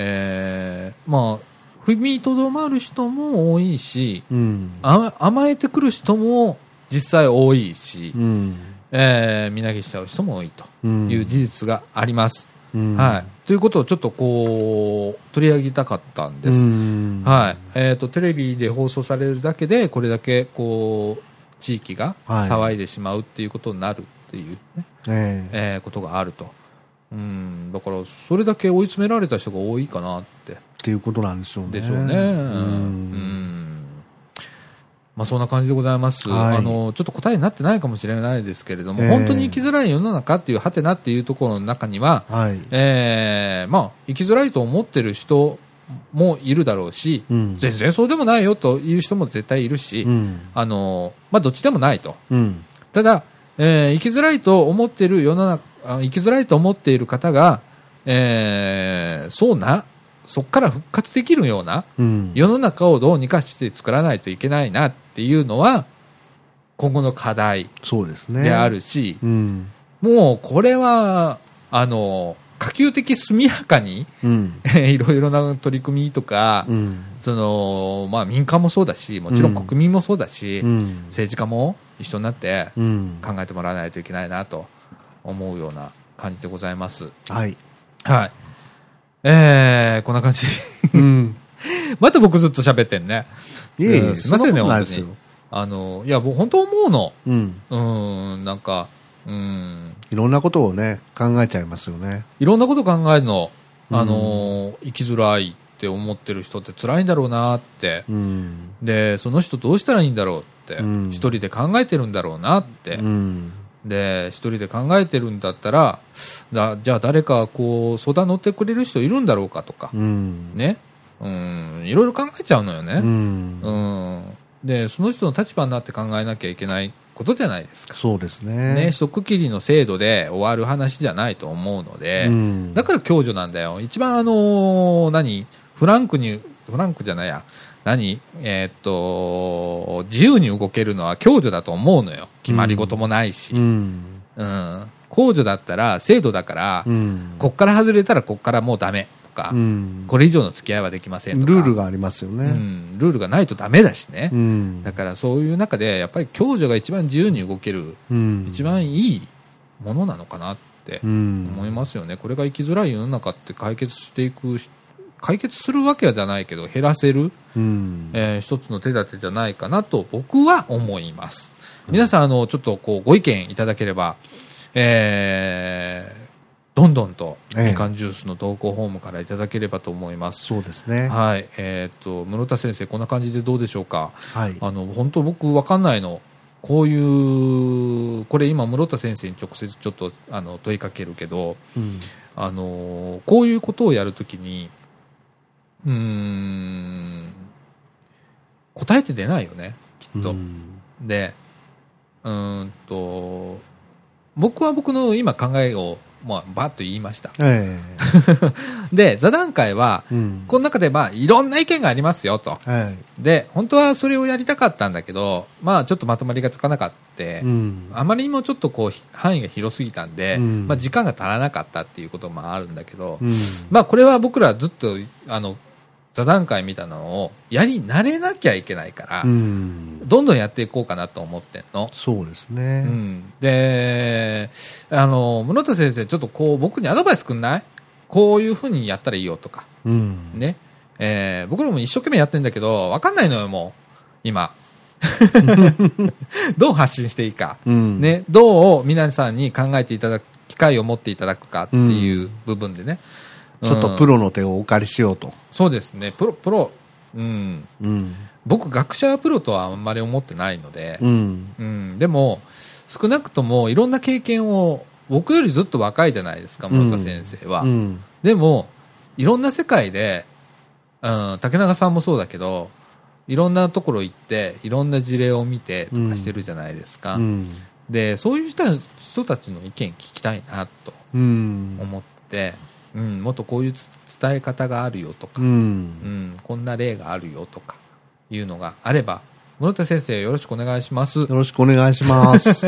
S1: えーまあ、踏みとどまる人も多いし、
S2: うん。
S1: あ甘えてくる人も実際多いし、
S2: うん。
S1: えー、身投げしちゃう人も多いと
S2: うん
S1: いう事実があります。
S2: うん
S1: はい。ということをちょっとこう、取り上げたかったんです。
S2: うん
S1: はい。えっ、と、テレビで放送されるだけで、これだけこう、地域が
S2: はい
S1: 騒いでしまうっていうことになるっていう、ね
S2: ええ
S1: えーことがあると。うん、だから、それだけ追い詰められた人が多いかなって、
S2: っていうことなんでしょうね。
S1: でしょうね。
S2: うん。
S1: まあ、そんな感じでございます、
S2: はい
S1: あのちょっと答えになってないかもしれないですけれども、
S2: ええ
S1: 本当に生きづらい世の中っていうハテナっていうところの中には、
S2: はい。
S1: えーまあ、生きづらいと思ってる人もいるだろうし、
S2: うん
S1: 全然そうでもないよという人も絶対いるし、
S2: うん。
S1: あのまあ、どっちでもないと、
S2: うん。
S1: ただ、えー生きづらいと思っている世の中あ生きづらいと思っている方が、えーそうなそこから復活できるような
S2: うん。
S1: 世の中をどうにかして作らないといけないなっていうのは今後の課題
S2: そうですね。
S1: であ。るし、
S2: うん。
S1: もうこれはあの可及的速やかに <laughs>
S2: うん。
S1: いろいろな取り組みとか、
S2: うん。
S1: そのまあ、民間もそうだしもちろん
S2: うん
S1: 国民もそうだし、
S2: うん。
S1: 政治家も一緒になって
S2: うん。
S1: 考えてもらわないといけないなと思うような感じでございます。 <laughs>
S2: はい。
S1: はい。えー、こんな感じ。 <laughs>
S2: うん。
S1: また僕ずっと喋ってんね。
S2: いえい
S1: うん
S2: え、
S1: すいませんね
S2: そなことないですよ
S1: 本。あの、いや、僕本当思うの。
S2: うん。
S1: うーん、なんか、うーん、
S2: いろんなことをね、考えちゃいますよね。
S1: いろんなこと考えるの。あの、生きづらいって思ってる人って辛いんだろうなって。
S2: うん。
S1: で、その人どうしたらいいんだろうって。
S2: うん
S1: 一人で考えてるんだろうなって。
S2: うん。
S1: で、一人で考えてるんだったら、だじゃあ誰かこう、相談乗ってくれる人いるんだろうかとか。
S2: うん。。
S1: ね。うん、いろいろ考えちゃうのよね。
S2: うん
S1: う。ん、でその人の立場になって考えなきゃいけないことじゃないですか、
S2: そうですね。
S1: ね、一区切りの制度で終わる話じゃないと思うので、
S2: うん。
S1: だから共助なんだよ一番あのー何フランクにフランクじゃないや何えーっと自由に動けるのは共助だと思うのよ決まり事もないし、う
S2: うんん。
S1: 公助だったら制度だから、
S2: うん。
S1: こっから外れたらこっからもうダメとか、
S2: うん。
S1: これ以上の付き合いはできませんとか
S2: ルールがありますよ
S1: う
S2: ね。
S1: ん、ルールがないとダメだしね、
S2: うん
S1: だ。からそういう中で、やっぱり共助が一番自由に動ける、
S2: うん。
S1: 一番いいものなのかなって
S2: うん。
S1: 思いますよね。これが生きづらい世の中って解決していくし、解決するわけじゃないけど、減らせる、
S2: うん。
S1: えー一つの手立てじゃないかなと僕は思います。皆さん、あの、ちょっとこう、ご意見いただければ、えー、どんどんと、
S2: ええ
S1: みかんジュースの投稿フォームからいただければと思います。
S2: そうですね。
S1: はい。えーっと、室田先生、こんな感じでどうでしょうか
S2: はい。
S1: あの本当僕わかんないのこういうこれ今室田先生に直接ちょっとあの問いかけるけど
S2: うん。
S1: あのこういうことをやるときにうーん答えて出ないよねきっと、
S2: うん
S1: でうーんと僕は僕の今考えをまあ、ばっと言いました。
S2: え
S1: で、座談会は、
S2: えうん。
S1: <laughs> この中でまあ、いろんな意見がありますよと。
S2: は
S1: で、本当はそれをやりたかったんだけど、まあ、ちょっとまとまりがつかなかった。
S2: い。うん。
S1: あまりにもちょっとこうひ範囲が広すぎたんで、
S2: うん
S1: まあ、時間が足らなかったっていうこともあるんだけど、
S2: うん。
S1: まあこれは僕らずっとあの座談会みたいなのをやり慣れなきゃいけないから、
S2: うん。
S1: どんどんやっていこうかなと思ってんの。
S2: そうです
S1: う
S2: ね。
S1: ん、で、あの、室田先生、ちょっとこう僕にアドバイスくんないこういうふうにやったらいいよとか、
S2: うん。
S1: ね。えー僕らも一生懸命やってんだけど、わかんないのよ、もう、
S2: <laughs>
S1: 今。どう発信していいか。
S2: うん。。
S1: ね、どう皆さんに考えていただく、機会を持っていただくかっていう部分でね。
S2: ちょっ
S1: う
S2: と
S1: ん
S2: プロの手をお借りしようと。
S1: そうですね、プロ、プロ、うん。
S2: うん。
S1: 僕、学者はプロとはあんまり思ってないので、
S2: うん。
S1: うん、でも、少なくともいろんな経験を、僕よりずっと若いじゃないですか、室田先生は。
S2: うん。
S1: でも、いろんな世界で、うん、竹中さんもそうだけど、いろんなところ行って、いろんな事例を見てとかしてるじゃないですか。
S2: うん。
S1: で、そういう人た人たちの意見聞きたいなと
S2: うん。
S1: 思って、うん、もっとこういう伝え方があるよとか
S2: う、。
S1: うんん、こんな例があるよとかいうのがあれば、室田先生よろしくお願いします
S2: よ。ろしくお願いします。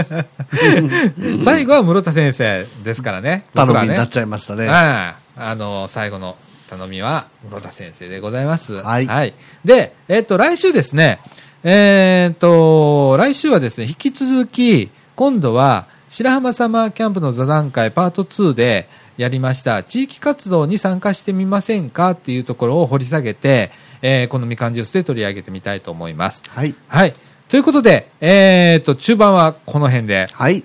S1: 最後は室田先生ですからね。
S2: 頼
S1: 僕
S2: み
S1: ら
S2: に
S1: ね
S2: なっちゃいましたね。
S1: あああの、最後の頼みは、室田先生でございます。
S2: はい
S1: で、えっ、と、来週ですね、えっ、と、来週はですね、引き続き、今度は、白浜サマーキャンプの座談会パート2でやりました、地域活動に参加してみませんかっていうところを掘り下げて、えーこのみかんジュースで取り上げてみたいと思います。
S2: はい。
S1: はい。ということで、えっ、と、中盤はこの辺で。
S2: はい。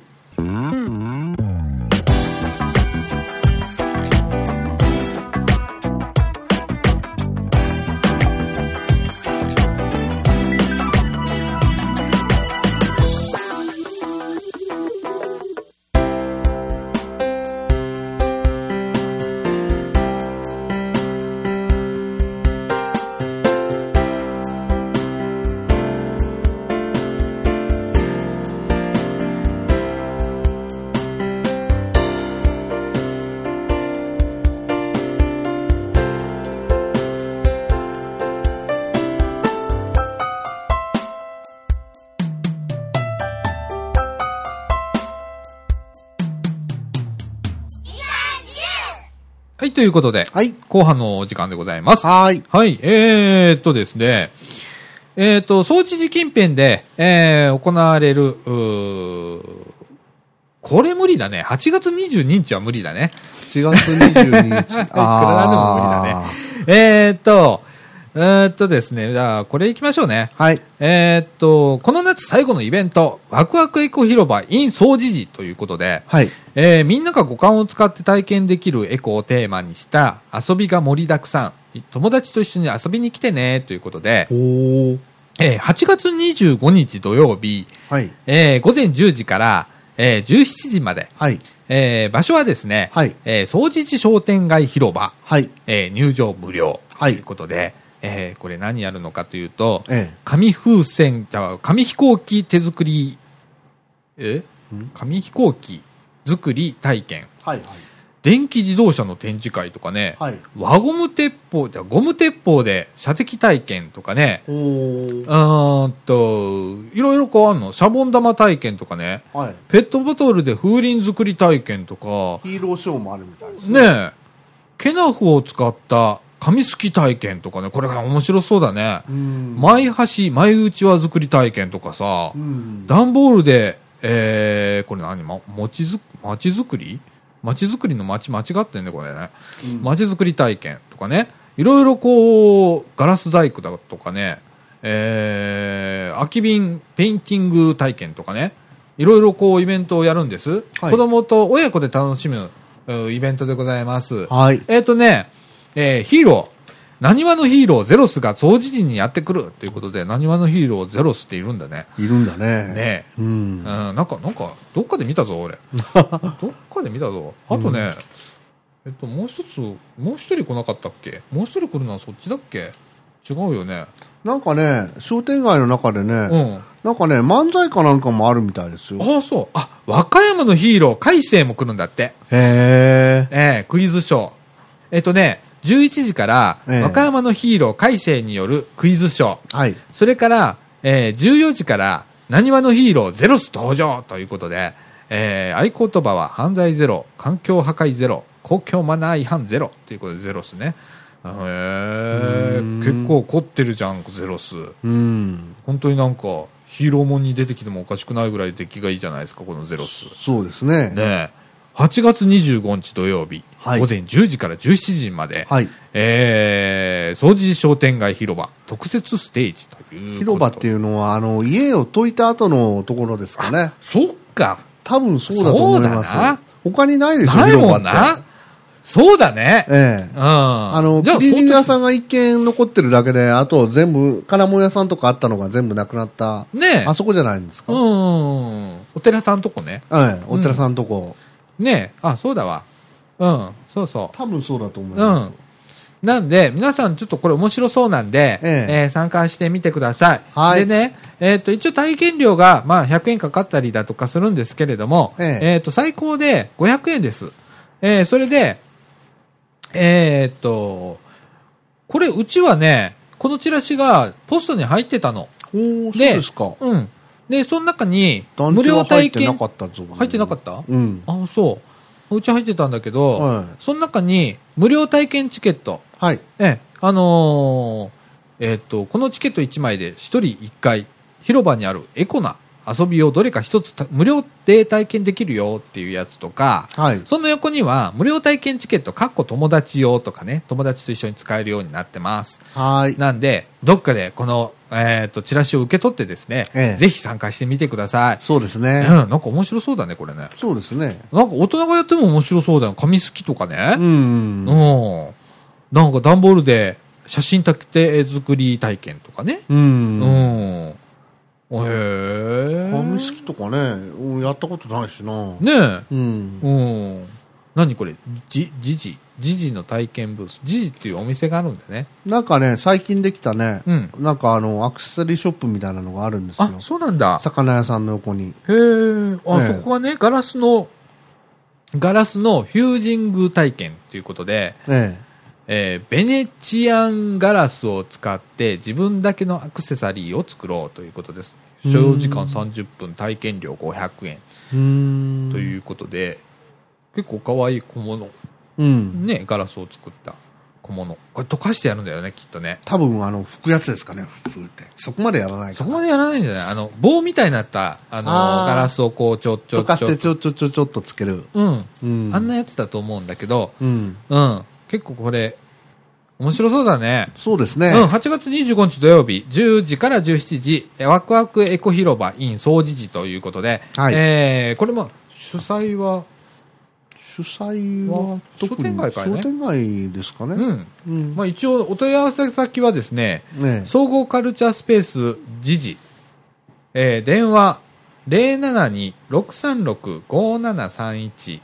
S1: はい、ということで、
S2: はい。
S1: 後半のお時間でございます。
S2: はーい。
S1: はい、えー、っとですね、えー、っと、総知事近辺で、えー、行われる、うーこれ無理だね。8月22日は無理だね。
S2: 4月22日。
S1: あいくらなんでも無理だね
S2: ね。
S1: えー、っと、えー、っとですね、じゃあ、これ行きましょうね。
S2: はい。
S1: えー、っと、この夏最後のイベント、ワクワクエコ広場 in 総知事ということで、
S2: はい。
S1: えーみんなが五感を使って体験できるエコをテーマにした遊びが盛りだくさん。友達と一緒に遊びに来てね、ということで
S2: お、ー。
S1: えー8月25日土曜日、
S2: はい。
S1: えー午前10時から、えー17時まで、
S2: はい。
S1: えー場所はですね、
S2: はい
S1: えー総知事商店街広場、
S2: はい。
S1: えー入場無料と
S2: はい
S1: いうことで、えーこれ何やるのかというと、
S2: え
S1: 紙風船、じゃあ紙飛行機手作り、え
S2: え。ん
S1: 紙飛行機作り体験。
S2: はい。
S1: 電気自動車の展示会とかね、
S2: はい。
S1: 輪ゴム鉄砲、じゃあゴム鉄砲で射的体験とかね、
S2: おー
S1: う。ーんと、いろいろこうあんの、シャボン玉体験とかね、
S2: はい。
S1: ペットボトルで風鈴作り体験とか、
S2: ヒーローショーもあるみたいです。
S1: ねえ、ケナフを使った紙すき体験とかね、これが面白そうだね。
S2: うん。
S1: 前橋、前うちわ作り体験とかさ
S2: う、ん。
S1: 段ボールで、えー、これ何ま、餅づ、町づくり町づくりの町間違ってんね、これね。
S2: うん
S1: 町づくり体験とかね。いろいろこう、ガラス細工だとかね、えー、空き瓶ペインティング体験とかね。いろいろこうイベントをやるんです。
S2: はい
S1: 子供と親子で楽しむうんイベントでございます。
S2: はい。
S1: えっ、とね、えーヒーロー。何話のヒーローゼロスが掃除時にやってくるということで、何話のヒーローゼロスっているんだね。
S2: いるんだ
S1: ね
S2: ね。え。うん。
S1: うん、なんか、なんか、どっかで見たぞ、俺。どっかで見たぞ。あとね、えっと、もう一つ、もう一人来なかったっけもう一人来るのはそっちだっけ違うよね。
S2: なんかね、商店街の中でね、
S1: うん。
S2: なんかね、漫才かなんかもあるみたいですよ。
S1: ああ、そう。あ、和歌山のヒーロー、海星も来るんだって。
S2: へえ。
S1: ええクイズショー。えっとね、11時から、
S2: ええ
S1: 和歌山のヒーロー、海星によるクイズショー。
S2: はい。
S1: それから、えー、14時から、なにわのヒーローゼロス登場ということで、えー、合言葉は犯罪ゼロ、環境破壊ゼロ、公共マナー違反ゼロということでゼロスね。へえ
S2: うん
S1: 結構凝ってるじゃん、ゼロス。
S2: うん。
S1: 本当になんか、ヒーローもんに出てきてもおかしくないぐらい出来がいいじゃないですか、このゼロス。
S2: そうですね。
S1: ねえ8月25日土曜日、
S2: はい
S1: 午前10時から17時まで、
S2: はい。
S1: えー、掃除商店街広場特設ステージということ
S2: 広場っていうのは、あの、家を解いた後のところですかね。
S1: そっか
S2: 多分そうだと思います。
S1: そうだな
S2: 他にないでしょ、
S1: ないもん
S2: 広場っ
S1: な
S2: て。
S1: そうだね、
S2: え
S1: うん
S2: え。
S1: あ
S2: あの、クリーニング屋さ
S1: ん
S2: んが一軒残ってるだけで、あと全部、金物屋さんとかあったのが全部なくなった、
S1: ねえ
S2: あそこじゃないんですか。
S1: うんお寺さんとこね
S2: ええ、お寺さんとこ。
S1: ねえあそうだわうんそうそ
S2: 多分そうだと思いう
S1: う
S2: ま
S1: ん
S2: す。
S1: なんで、皆さんちょっとこれ面白そうなんで、
S2: ええ
S1: えー参加してみてください。
S2: は
S1: で
S2: い
S1: ね、えっ、と、一応体験料が、まあ、100円かかったりだとかするんですけれども、
S2: ええ
S1: っ、と、最高で500円です。えーそれで、えっ、と、これ、うちはね、このチラシがポストに入ってたの。
S2: おお、そうですか。
S1: うん。で、その中に、
S2: 団
S1: 無
S2: 地
S1: 料
S2: は入
S1: 体
S2: ってな
S1: 験
S2: か、ったぞ。
S1: 入ってなかった
S2: うん。
S1: あ、そう。うち入ってたんだけど、
S2: はい
S1: その中に、無料体験チケット、
S2: はい。
S1: ええ、あのーえっと、このチケット1枚で1人1回、広場にあるエコな遊びをどれか1つた無料で体験できるよっていうやつとか、
S2: はい。
S1: その横には無料体験チケット、かっこ友達用とかね、友達と一緒に使えるようになってます。
S2: はい。
S1: なんで、どっかでこの、えっと、チラシを受け取ってですね、
S2: ええ
S1: ぜひ参加してみてください。
S2: そうです
S1: うん、
S2: ね。
S1: なんか面白そうだね、これね。
S2: そうですね。
S1: なんか大人がやっても面白そうだよ。紙すきとかね。
S2: うん。
S1: うん。なんか段ボールで写真立て作り体験とかね。
S2: う。
S1: うんん。へえ。
S2: 紙すきとかね、うんやったことないしな。
S1: ね
S2: うん
S1: え。。うん。何これじ、じじ。じじの体験ブース。じじっていうお店があるんだね。
S2: なんかね、最近できたね、
S1: うん
S2: なんかあの、アクセサリーショップみたいなのがあるんですよ
S1: あ、。そうなんだ。
S2: 魚屋さんの横
S1: へ
S2: に。
S1: え。あ、
S2: ええ
S1: そこはね、ガラスの、ガラスのフュージング体験ということで、
S2: え
S1: えーベネチアンガラスを使って自分だけのアクセサリーを作ろうということです。
S2: うん
S1: 所要時間30分、体験料500円
S2: え。うん
S1: と
S2: う。
S1: いうことで、結構可愛い小物、
S2: うん。
S1: ね、ガラスを作った小物。これ溶かしてやるんだよね、きっとね。
S2: 多分あの、拭くやつですかね、拭くって。そこまでやらないか
S1: そ
S2: ら
S1: こまでやらないんじゃないあの、棒みたいになった、あの
S2: あー
S1: ガラスをこう、ちょ、ちょ、
S2: 溶かしてち
S1: ょ。
S2: ょちょちょちょっとつける。
S1: うん。
S2: うん。
S1: あんなやつだと思うんだけど、
S2: うん。
S1: うん。結構これ、面白そうだね。
S2: そうですね。
S1: うん、8月25日土曜日、10時から17時、えワクワクエコ広場 in 総除時ということで、
S2: はい
S1: えーこれも主催は、
S2: 主催は特に
S1: 商店街かいね
S2: 商店街ですか
S1: う
S2: ね。
S1: ん、
S2: うん。
S1: まあ、一応お問い合わせ先はですね、
S2: ねえ
S1: 総合カルチャースペース時時、えー電話072-636-5731、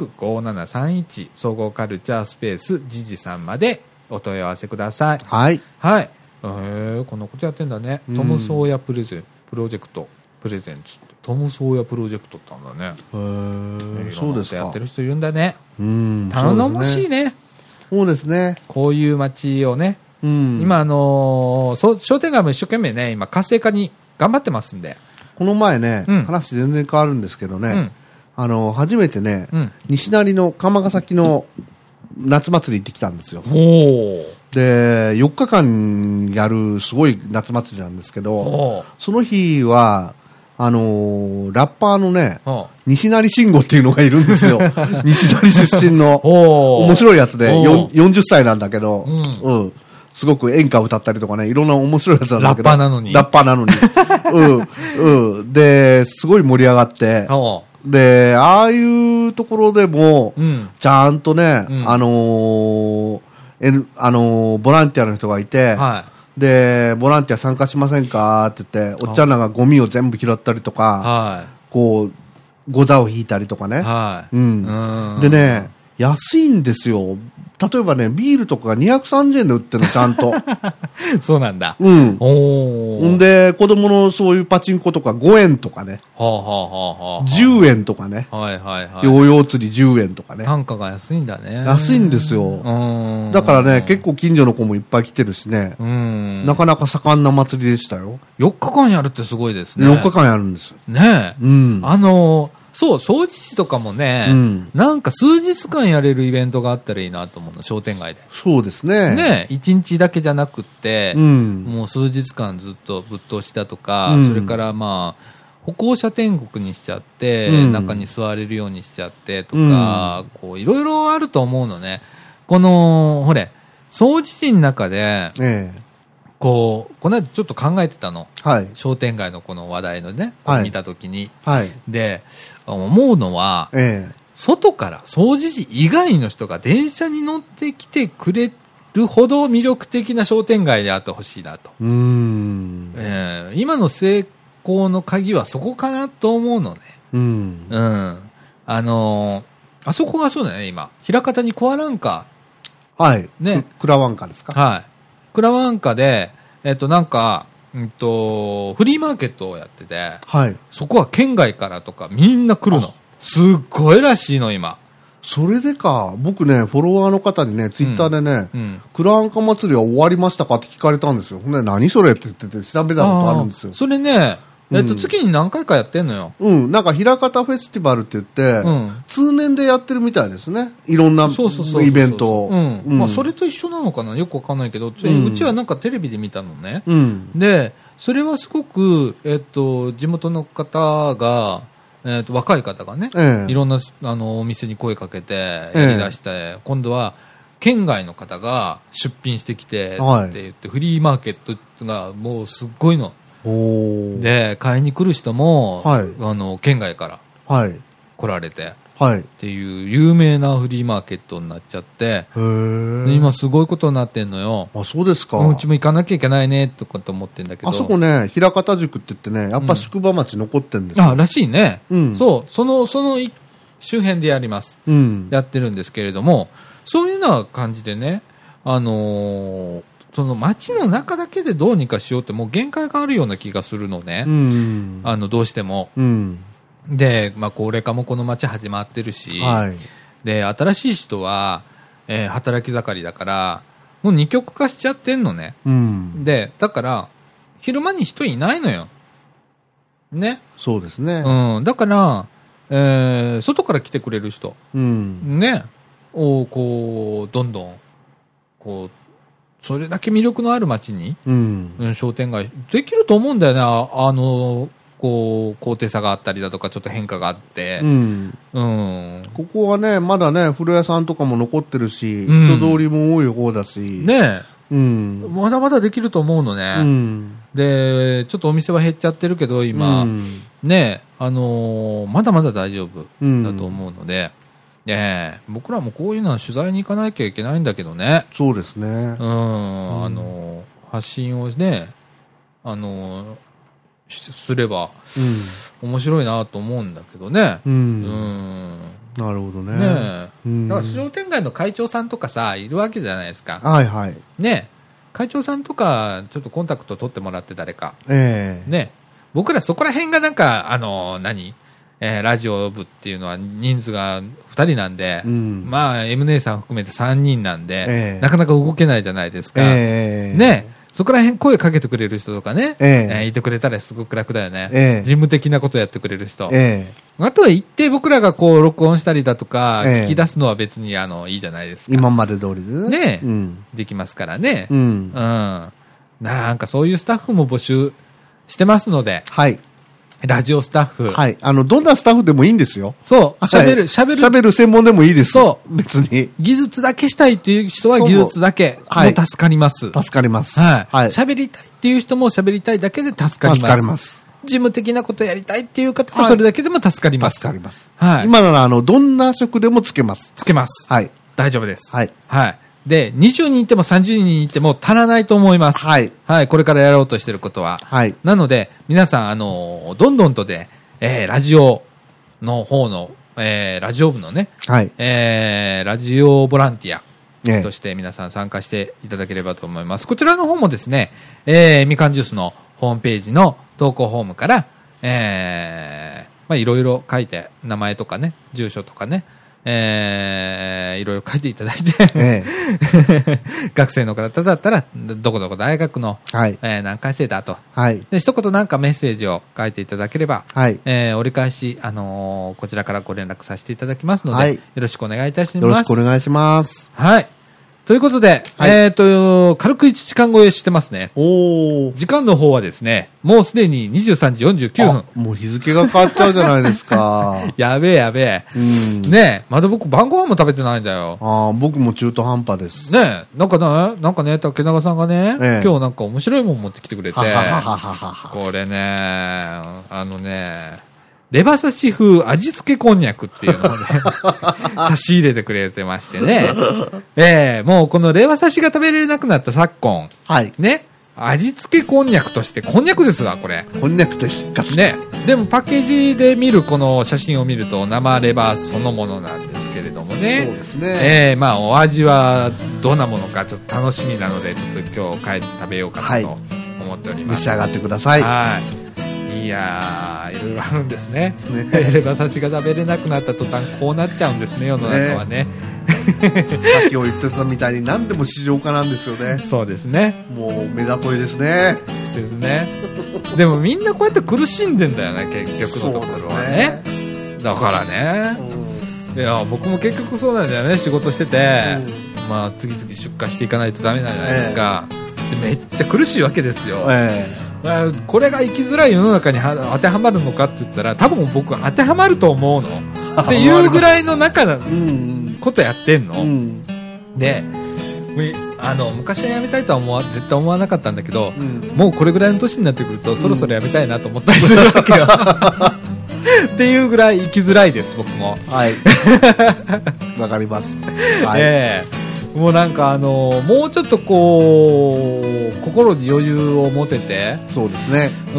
S1: 072-636-5731総合カルチャースペース時時さんまでお問い合わせください。
S2: はい。
S1: はい。えー、こんなことやってんだね。
S2: うん
S1: トム・ソーヤプレゼン、プロジェクト、プレゼンツ。トム・ソーヤプロジェクトってあんだね。
S2: へーそうです
S1: いろんなことや
S2: か
S1: って。る人いるんだね。
S2: うん。
S1: 頼もしい
S2: ね。
S1: ね。
S2: そうですね。
S1: こういう街をね。
S2: うん。
S1: 今、あのーそう商店街も一生懸命ね、今活性化に頑張ってますんで。
S2: この前ね、
S1: うん
S2: 話全然変わるんですけどね、
S1: うん
S2: あの、初めてね、
S1: うん
S2: 西成の釜ヶ崎の夏祭り行ってきたんですよ。
S1: お
S2: で、4日間やるすごい夏祭りなんですけど、
S1: お
S2: その日は、あのーラッパーのね、
S1: お
S2: 西成慎吾っていうのがいるん
S1: <laughs>
S2: ですよ。西成出身の。
S1: お
S2: 面
S1: い。
S2: 白いやつで、
S1: おう
S2: よん40歳なんだけど、
S1: う
S2: うん。すごく演歌歌ったりとかね、いろんな面白いやつなんだけど。
S1: ラッパーなのに
S2: ラッパーな
S1: <laughs>
S2: のに。うん。うん。で、すごい盛り上がって、
S1: お
S2: で、ああいうところでも、
S1: うん
S2: ちゃんとね、
S1: うん
S2: あのー、えあのーボランティアの人がいて、
S1: は
S2: で、ボランティア参加しませんかって言って、おっちゃんらがゴミを全部拾ったりと
S1: い。
S2: か、
S1: は
S2: こう、ご座を引いたりとかね。
S1: い。はい。
S2: うん
S1: うん
S2: でね、安いんですよ。例えばね、ビールとかが230円で売ってるの、ちゃんと。
S1: <laughs> そうなんだ。
S2: うん。
S1: お
S2: ん
S1: ー。
S2: で、子供のそういうパチンコとか5円とかね、
S1: はあ、はあはあはあ、
S2: 10円とかね、
S1: はいはいは
S2: ヨーヨー釣り10円とか
S1: い。
S2: ね。
S1: 単価が安いんだね。
S2: 安いんですよ。
S1: うん。
S2: だからね、結構近所の子もいっぱい来てるしね、
S1: うん。
S2: なかなか盛んな祭りでしたよ。
S1: 4日間やるってすごいですね。
S2: 4日間やるんです。
S1: ねえ。
S2: うん。
S1: あのーそう、掃除士とかもね、
S2: うん
S1: なんか数日間やれるイベントがあったらいいなと思うの、商店街で。
S2: そうですね。
S1: ねえ、1日だけじゃなくって、
S2: うん。
S1: もう数日間ずっとぶっ通しだとか、
S2: うん
S1: それからまあ、歩行者天国にしちゃって、
S2: うん
S1: 中に座れるようにしちゃってとか、こう、いろいろあると思うのね。この、ほれ、掃除時の中で、
S2: ええ。
S1: こう、この間ちょっと考えてたの。
S2: はい。
S1: 商店街のこの話題のね、
S2: はい
S1: 見たときに。
S2: はい。
S1: で、思うのは、
S2: ええ。
S1: 外から掃除時以外の人が電車に乗ってきてくれるほど魅力的な商店街であってほしいなと。
S2: うーん。
S1: えー今の成功の鍵はそこかなと思うのね。
S2: うん。
S1: うん。あのーあそこがそうだよね、今。平方にコアランカ
S2: はい。
S1: ね
S2: くクラワンカですか
S1: はい。クラワンカで、えっ、と、なんか、うんと、フリーマーケットをやってて、
S2: はい。
S1: そこは県外からとかみんな来るの。すっごいらしいの、今。
S2: それでか、僕ね、フォロワーの方にね、ツイッターでね、
S1: うん。
S2: クラワンカ祭りは終わりましたかって聞かれたんですよ。ほんで、何それって言ってて調べたことあるんですよ
S1: ー。それね、えっ、と、
S2: うん
S1: 月に何回かやってんのよ。
S2: うん、なんか、平方フェスティバルって言って、
S1: うん
S2: 通年でやってるみたいですね。いろんな
S1: そうそうそうそう
S2: イベントを。
S1: うん。
S2: うん
S1: まあ、それと一緒なのかなよくわかんないけど、つい
S2: う
S1: う
S2: ん
S1: ちはなんかテレビで見たのね。
S2: うん。
S1: で、それはすごく、えっと、地元の方が、えっと、若い方がね、
S2: ええ
S1: いろんな、あの、お店に声かけて、
S2: ええ
S1: やり出して、今度は、県外の方が出品してきて、って
S2: はい
S1: 言って、フリーマーケットがもうすっごいの。
S2: おー
S1: で、買いに来る人も、
S2: はい
S1: あの、県外から
S2: はい。
S1: 来られて、
S2: はい。へ
S1: っていう有名なフリーマーケットになっちゃって、
S2: え。
S1: で今すごいことになってんのよ。
S2: あ、そうですか。
S1: うちも行かなきゃいけないね、とかと思ってんだけど。
S2: あそこね、平方塾って言ってね、やっぱ宿場町残ってんですよ。
S1: あ、らしいね。
S2: うん
S1: そう、その、そのい周辺でやります。
S2: うん。
S1: やってるんですけれども、そういうような感じでね、あのーその街の中だけでどうにかしようってもう限界があるような気がするのね。
S2: うん。
S1: あの、どうしても。
S2: うん。
S1: で、まあ、高齢化もこの街始まってるし、
S2: はい。
S1: で、新しい人は、えー働き盛りだから、もう二極化しちゃってんのね。
S2: うん。
S1: で、だから、昼間に人いないのよ。ね。
S2: そうですね。
S1: うん、だから、えー外から来てくれる人、
S2: うん。
S1: ね、をこう、どんどん、こう、それだけ魅力のある街に、
S2: うん。
S1: うん商店街、できると思うんだよね、ああの、こう、高低差があったりだとか、ちょっと変化があって
S2: う。ん。
S1: うん。
S2: ここはね、まだね、古屋さんとかも残ってるし、
S1: うん
S2: 人通りも多い方だし。。
S1: ね
S2: うん。
S1: まだまだできると思うのね。
S2: うん。
S1: で、ちょっとお店は減っちゃってるけど、今、
S2: うん
S1: ねあのーまだまだ大丈夫
S2: うん
S1: だと思うので、ねえ僕らもこういうのは取材に行かなきゃいけないんだけどね、
S2: そうですね
S1: うん、。あのー発信をね、あのーしすれば面白いなと思うんだけどね、
S2: う。
S1: うん
S2: うん。
S1: ん、
S2: なるほどね。
S1: ねえ
S2: うん
S1: だから商店街の会長さんとかさ、いるわけじゃないですか。
S2: はいはい。
S1: ねえ会長さんとか、ちょっとコンタクト取ってもらって誰か。
S2: ええ。
S1: ね、僕らそこら辺がなんか、あの、何えーラジオ部っていうのは人数が2人なんで、
S2: うん
S1: まあ、M 姉さん含めて3人なんで、
S2: ええ
S1: なかなか動けないじゃないですか。
S2: ええ。
S1: ね、そこら辺声かけてくれる人とかね、
S2: ええ
S1: ーいてくれたらすごく楽だよね。
S2: ええ
S1: 事務的なことやってくれる人。
S2: ええ。
S1: あとは行って僕らがこう録音したりだとか、
S2: ええ
S1: 聞き出すのは別にあの、いいじゃないですか。
S2: 今まで通りでね。
S1: ねえ
S2: うん。
S1: できますからね。
S2: う
S1: うん
S2: ん。
S1: なんかそういうスタッフも募集してますので、
S2: はい。
S1: ラジオスタッフ。
S2: はい。あの、どんなスタッフでもいいんですよ。
S1: そう、喋る、
S2: はい
S1: 喋る。
S2: 喋る専門でもいいです。。
S1: そう
S2: 別に。
S1: 技術だけしたいっていう人は
S2: そう
S1: 技術だけ。
S2: はい
S1: もう助かります。
S2: 助かります。
S1: はい。
S2: はい。
S1: 喋りたいっていう人も喋りたいだけで助かります。
S2: 助かります。
S1: 事務的なことやりたいっていう方は
S2: はい
S1: それだけでも助かります。
S2: 助かります。
S1: はい。
S2: 今なら、あの、どんな職でもつけます。
S1: つけます。
S2: はい。
S1: 大丈夫です。
S2: はい。
S1: はい。で、20人いても30人いても足らないと思います。
S2: はい。
S1: はい。これからやろうとしてることは。
S2: はい。
S1: なので、皆さん、あの、どんどんとで、えーラジオの方の、えーラジオ部のね、
S2: はい。
S1: えーラジオボランティア、
S2: ええ
S1: として皆さん参加していただければと思います。こちらの方もですね、えー、みかんジュースのホームページの投稿フォームから、えー、まあいろいろ書いて、名前とかね、住所とかね、えー、いろいろ書いていただいて、
S2: え
S1: <laughs> 学生の方だったら、どこどこ大学の、
S2: はい。
S1: えー何回生だと。
S2: はい。
S1: で、一言なんかメッセージを書いていただければ、
S2: はい。
S1: えー折り返し、あのーこちらからご連絡させていただきますので、
S2: はい
S1: よろしくお願いいたします。
S2: よろしくお願いします。
S1: はい。ということで、
S2: はい
S1: えっ、と、軽く1時間超えしてますね。
S2: おー。
S1: 時間の方はですね、もうすでに23時49分
S2: あ。もう日付が変わっちゃうじゃないです
S1: <laughs>
S2: か。
S1: やべえやべえ。
S2: うん。
S1: ねえ、まだ僕晩ご飯も食べてないんだよ。
S2: ああ、僕も中途半端です。
S1: ねえ、なんかね、なんかね、竹中さんがね、
S2: ええ
S1: 今日なんか面白いもん持ってきてくれて、
S2: はははははは。
S1: これね、あのね、レバ刺し風味付けこんにゃくっていうのを
S2: <laughs>
S1: ね、差し入れてくれてましてね。ええもうこのレバ刺しが食べれなくなった昨今、
S2: はい。
S1: ね、味付けこんにゃくとして、こんにゃくですわ、これ。
S2: こんにゃくと引っかつ。
S1: ね、でもパッケージで見るこの写真を見ると生レバーそのものなんですけれどもね。
S2: そうですね。
S1: ええまあお味はどんなものかちょっと楽しみなので、ちょっと今日帰って食べようか
S2: は
S1: ないと思っておりま
S2: 召し
S1: す。
S2: 上がってください。
S1: はい。いやー、いろいろあるんですね。 <laughs>
S2: ね
S1: レバ刺しが食べれなくなった途端、こうなっちゃうんですね、世の中はね。
S2: さっきを言ってたみたいに何でも市場化なんですよね。
S1: そうですね。
S2: もう目ざといですね。
S1: ですね。でもみんなこうやって苦しんでんだよね、結局のところはね。だからね。いや、僕も結局そうなんだよね、仕事してて。まあ、次々出荷していかないとダメなんじゃないですか。でめっちゃ苦しいわけですよ。
S2: え
S1: まあこれが生きづらい世の中には当てはまるのかって言ったら多分僕は当てはまると思
S2: <laughs>
S1: うのっていうぐらいの中な
S2: えうん。
S1: ことやってんの、
S2: うん。
S1: でみあの昔はやめたいとは思わ絶対思わなかったんだけど
S2: う、ん。
S1: もうこれぐらいの年になってくるとそろそろやめたいなと思ったりするわけよ、っていうぐらい生きづらいです僕も、
S2: はい。 <laughs> わかります。はい。
S1: ええもうなんかあのもうちょっとこう心に余裕を持てて
S2: そうです <laughs> ね。
S1: うん、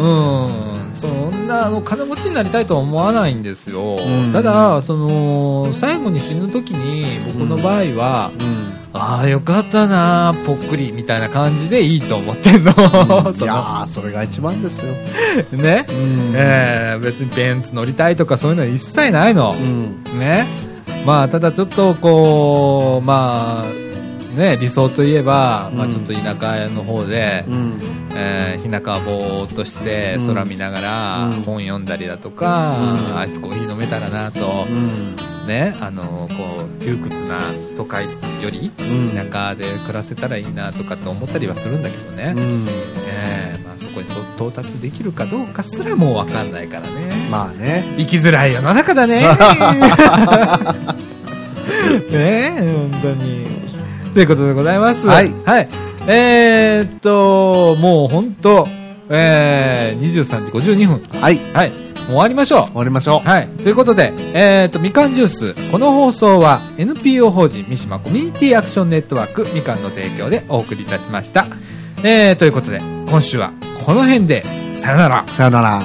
S1: そんなあの金持ちになりたいとは思わないんですよ、
S2: うん
S1: ただその最後に死ぬ時に僕の場合は、
S2: うん。
S1: ああよかったなぽっくりみたいな感じでいいと思ってんの,、
S2: い
S1: <laughs> そ
S2: や
S1: の
S2: ー、それが一番ですよ。
S1: ね、
S2: うん
S1: えー別にベンツ乗りたいとかそういうのは一切ないの、
S2: うん。
S1: ねまあただちょっとこうまあね理想といえば、まあ、
S2: うん
S1: ちょっと田舎の方で、
S2: うん。
S1: えー、日中はぼーっとして
S2: うん
S1: 空見ながら
S2: うん
S1: 本読んだりだとか、
S2: うん
S1: アイスコーヒー飲めたらなと
S2: う、ん。
S1: ねあのこう窮屈な都会より
S2: うん
S1: 田舎で暮らせたらいいなとかって思ったりはするんだけどね、
S2: うん。
S1: えーまあ、そこにそ到達できるかどうかすらもうわかんないからね、
S2: まあね。
S1: 生きづらい世の中だ
S2: <laughs>
S1: ねねえ本当にということでございます
S2: はい
S1: えー、っともう本当えー、23時52分
S2: はい。終
S1: はいもう終わりましょ
S2: わりましょ
S1: うはいということでえー、っとみかんジュースこの放送は NPO 法人三島コミュニティアクションネットワークみかんの提供でお送りいたしましたえー、ということで今週はこの辺でさよなら
S2: う。さよなら。